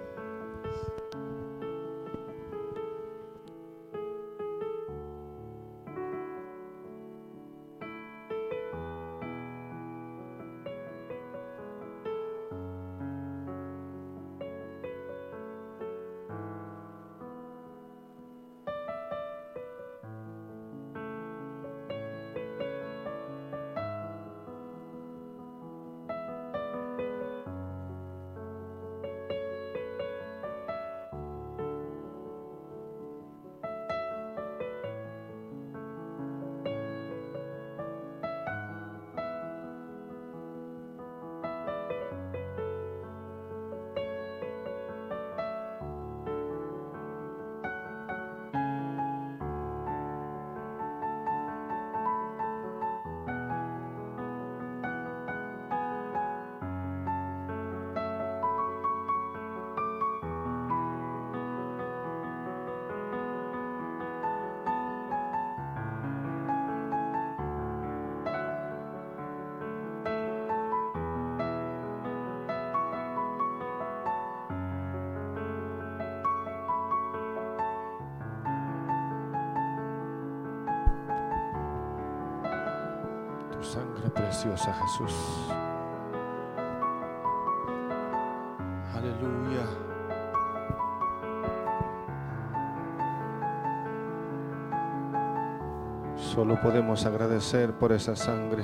[SPEAKER 3] tu sangre preciosa, Jesús. Aleluya. Solo podemos agradecer por esa sangre,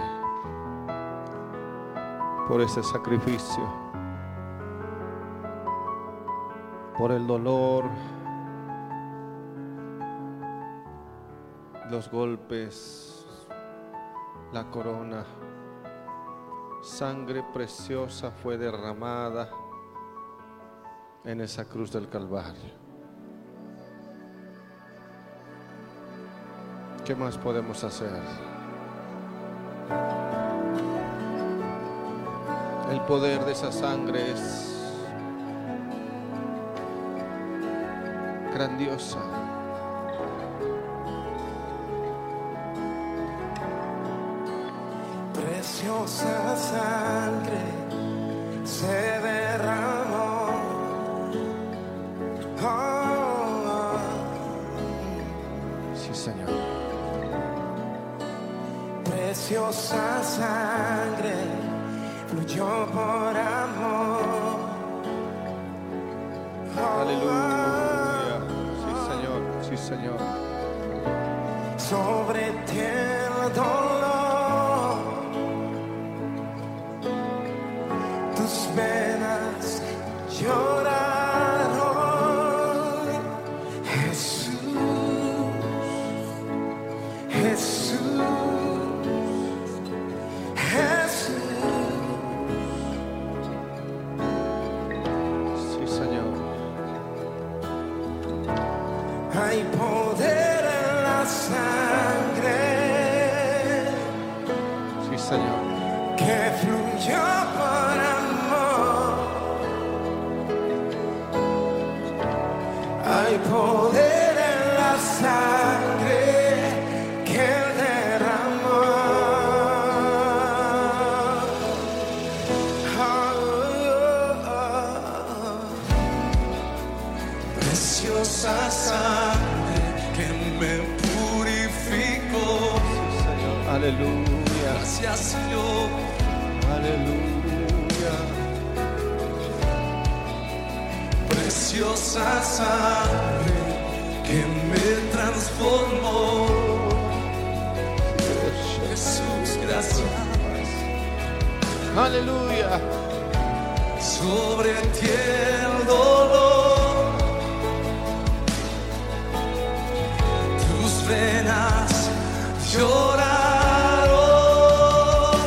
[SPEAKER 3] por ese sacrificio, por el dolor, los golpes, la corona. Sangre preciosa fue derramada en esa cruz del Calvario. ¿Qué más podemos hacer? El poder de esa sangre es grandiosa.
[SPEAKER 4] Preciosa sangre se derramó. Oh,
[SPEAKER 3] Sí, Señor.
[SPEAKER 4] oh. preciosa sangre fluyó por amor. Oh,
[SPEAKER 3] Aleluya. Sí, Señor. Sí, Señor.
[SPEAKER 4] sobre ti el dolor. Tus venas lloraron, Jesús, Jesús, Jesús.
[SPEAKER 3] Sí, Señor.
[SPEAKER 4] Hay poder en la sangre.
[SPEAKER 3] Sí, Señor.
[SPEAKER 4] que fluyó por amor. Hay poder en la sangre que Él derramó. Oh, oh, oh. Preciosa sangre que me purificó.
[SPEAKER 3] Sí, Señor. Aleluya.
[SPEAKER 4] Gracias, Señor.
[SPEAKER 3] Aleluya.
[SPEAKER 4] Preciosa sangre que me transformó. Jesús, gracias.
[SPEAKER 3] Aleluya.
[SPEAKER 4] Sobre ti el dolor. Tus venas lloraron.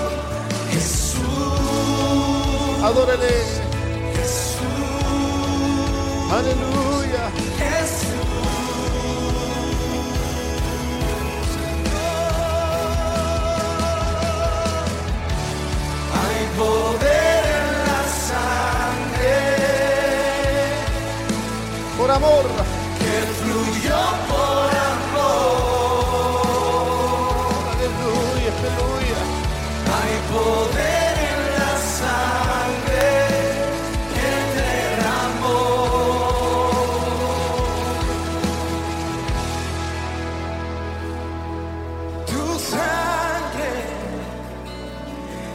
[SPEAKER 4] Jesús,
[SPEAKER 3] Adórale.
[SPEAKER 4] Jesús,
[SPEAKER 3] Aleluya.
[SPEAKER 4] Hay poder en la sangre
[SPEAKER 3] Por amor.
[SPEAKER 4] que fluyó por amor.
[SPEAKER 3] Aleluya. Aleluya.
[SPEAKER 4] Hay poder en la sangre que derramó. Tu sangre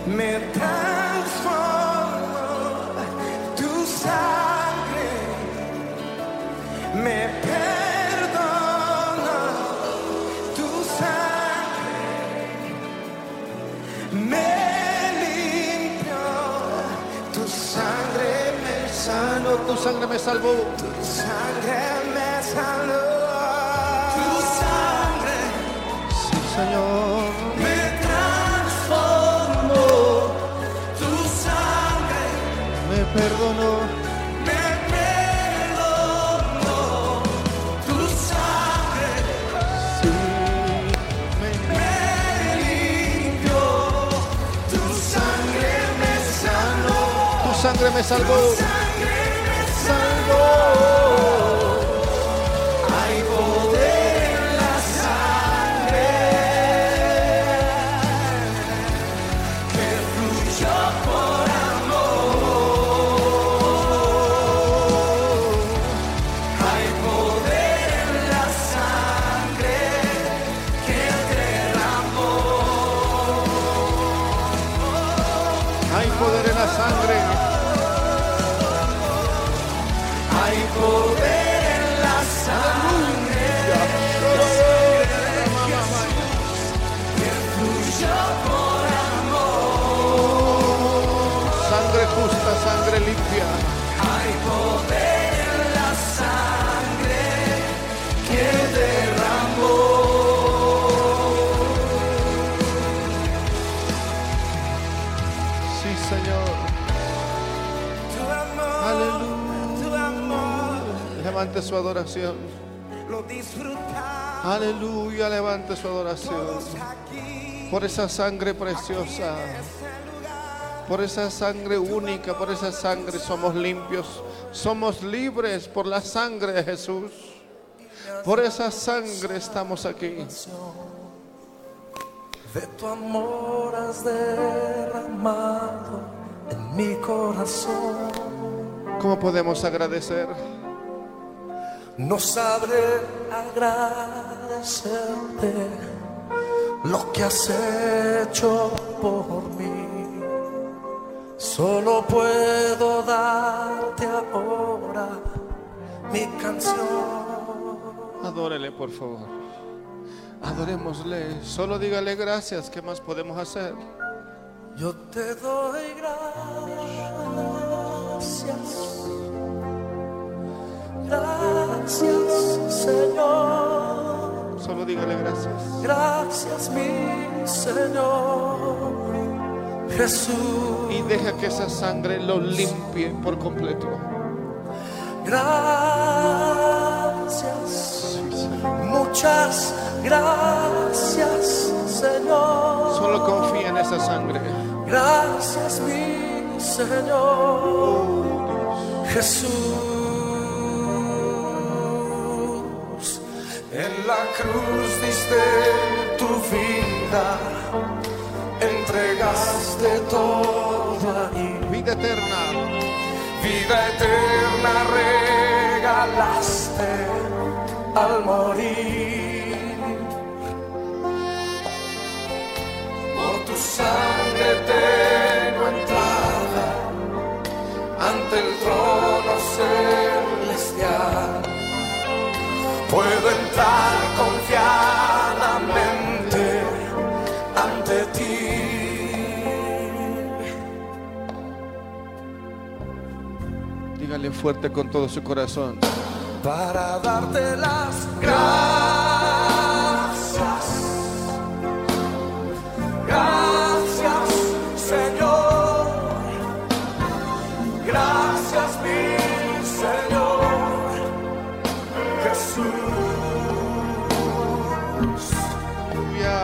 [SPEAKER 4] me transformó. Tu sangre me perdonó. Tu sangre me limpió, tu sangre me sanó,
[SPEAKER 3] Tu sangre me salvó.
[SPEAKER 4] tu sangre me sanó, tu sangre
[SPEAKER 3] Sí, Señor.
[SPEAKER 4] me transformó, tu sangre
[SPEAKER 3] Me perdonó.
[SPEAKER 4] me perdonó, tu sangre
[SPEAKER 3] Sí. Me
[SPEAKER 4] me limpió, tu sangre me sanó.
[SPEAKER 3] Tu sangre me salvó.
[SPEAKER 4] sangre me salvó. Hay poder en la sangre que fluyó por amor. Hay poder en la sangre que derramó.
[SPEAKER 3] poder en la sangre.
[SPEAKER 4] Hay poder en la sangre
[SPEAKER 3] Sangre justa, sangre limpia.
[SPEAKER 4] que derramó.
[SPEAKER 3] Sí, Señor.
[SPEAKER 4] Tu amor, tu amor,
[SPEAKER 3] Levante su adoración.
[SPEAKER 4] lo disfrutamos
[SPEAKER 3] Aleluya, levante su adoración.
[SPEAKER 4] aquí. este
[SPEAKER 3] Por esa sangre preciosa. Por esa sangre única, por esa sangre somos limpios. Somos libres por la sangre de Jesús. Por esa sangre estamos aquí.
[SPEAKER 4] De tu amor has derramado en mi corazón.
[SPEAKER 3] ¿Cómo podemos agradecer?
[SPEAKER 4] No sabré agradecerte lo que has hecho por mí. Solo puedo darte ahora mi canción.
[SPEAKER 3] Adórele, por favor. Adorémosle. Solo dígale gracias. ¿Qué más podemos hacer?
[SPEAKER 4] Yo te doy gracias. Gracias, Señor.
[SPEAKER 3] Solo dígale gracias.
[SPEAKER 4] Gracias mi Señor Jesús.
[SPEAKER 3] Y deja que esa sangre lo limpie por completo.
[SPEAKER 4] Gracias. Muchas gracias Señor.
[SPEAKER 3] Solo confía en esa sangre.
[SPEAKER 4] Gracias mi Señor Jesús. En la cruz diste tu vida, entregaste todo ahí.
[SPEAKER 3] Vida eterna.
[SPEAKER 4] Vida eterna regalaste al morir. Por tu sangre tengo entrada ante el trono celestial. Puedo entrar confiadamente ante ti.
[SPEAKER 3] Dígale fuerte con todo su corazón.
[SPEAKER 4] para darte las gracias. Gracias, Señor. Gracias, mi Señor Jesús.
[SPEAKER 3] Aleluya.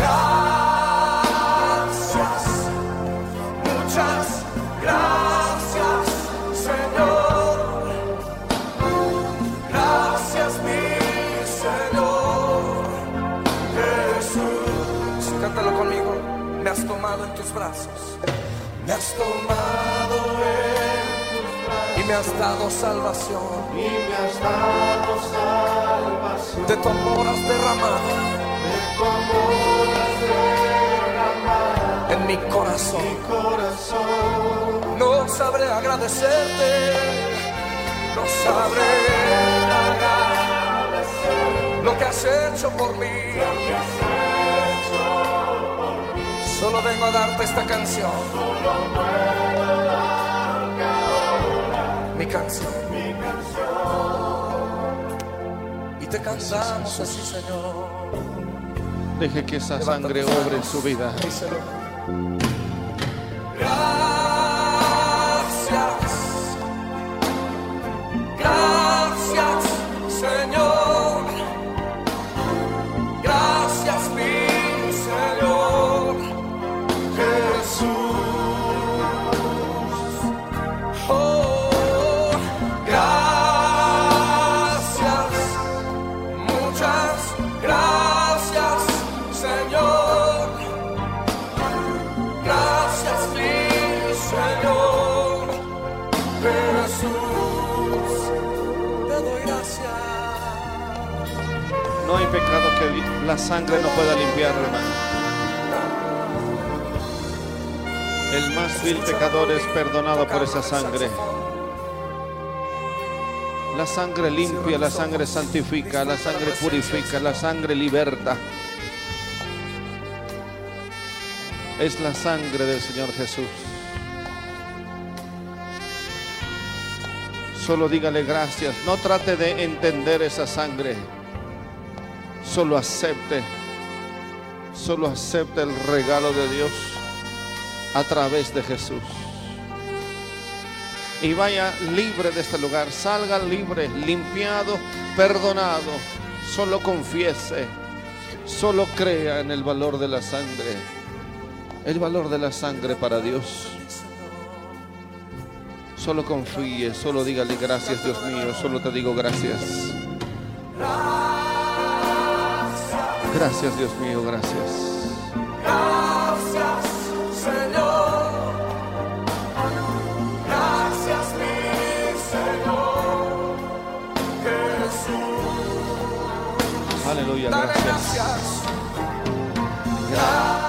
[SPEAKER 4] Gracias, muchas gracias, Señor. Gracias, mi Señor Jesús. Cántalo conmigo. Me has tomado en tus brazos. Me has tomado en tus brazos. Y me has dado salvación.
[SPEAKER 3] Y me has dado salvación.
[SPEAKER 4] De tu amor has derramado
[SPEAKER 3] De tu amor has derramado
[SPEAKER 4] en mi corazón.
[SPEAKER 3] mi corazón.
[SPEAKER 4] No sabré agradecerte, no sabré agradecer lo que has hecho por mí. Solo vengo a darte esta canción. Mi canción. Y te cantamos así, Señor.
[SPEAKER 3] Deje que esa
[SPEAKER 4] Levanta
[SPEAKER 3] sangre
[SPEAKER 4] tus
[SPEAKER 3] obre en
[SPEAKER 4] manos.
[SPEAKER 3] su vida.
[SPEAKER 4] Díselo. Gracias. Gracias, Señor. Gracias, mi Señor Jesús. Oh, gracias. Muchas gracias, Señor. Gracias, mi Señor Jesús. Te doy gracias.
[SPEAKER 3] No hay pecado que li- la sangre no pueda limpiar, hermano. El más vil pecador es perdonado por esa sangre. La sangre limpia, la sangre santifica, la sangre purifica, la sangre liberta. Es la sangre del Señor Jesús. Solo dígale gracias. No trate de entender esa sangre. Solo acepte. Solo acepte el regalo de Dios a través de Jesús. Y vaya libre de este lugar. Salga libre, limpiado, perdonado. Solo confiese. Solo crea en el valor de la sangre. El valor de la sangre para Dios. Solo confíe, solo dígale gracias Dios mío, solo te digo gracias. Gracias Dios mío, gracias.
[SPEAKER 4] Gracias, Señor. Gracias, mi Señor. Jesús.
[SPEAKER 3] Aleluya,
[SPEAKER 4] Dale
[SPEAKER 3] gracias.
[SPEAKER 4] gracias. Gracias.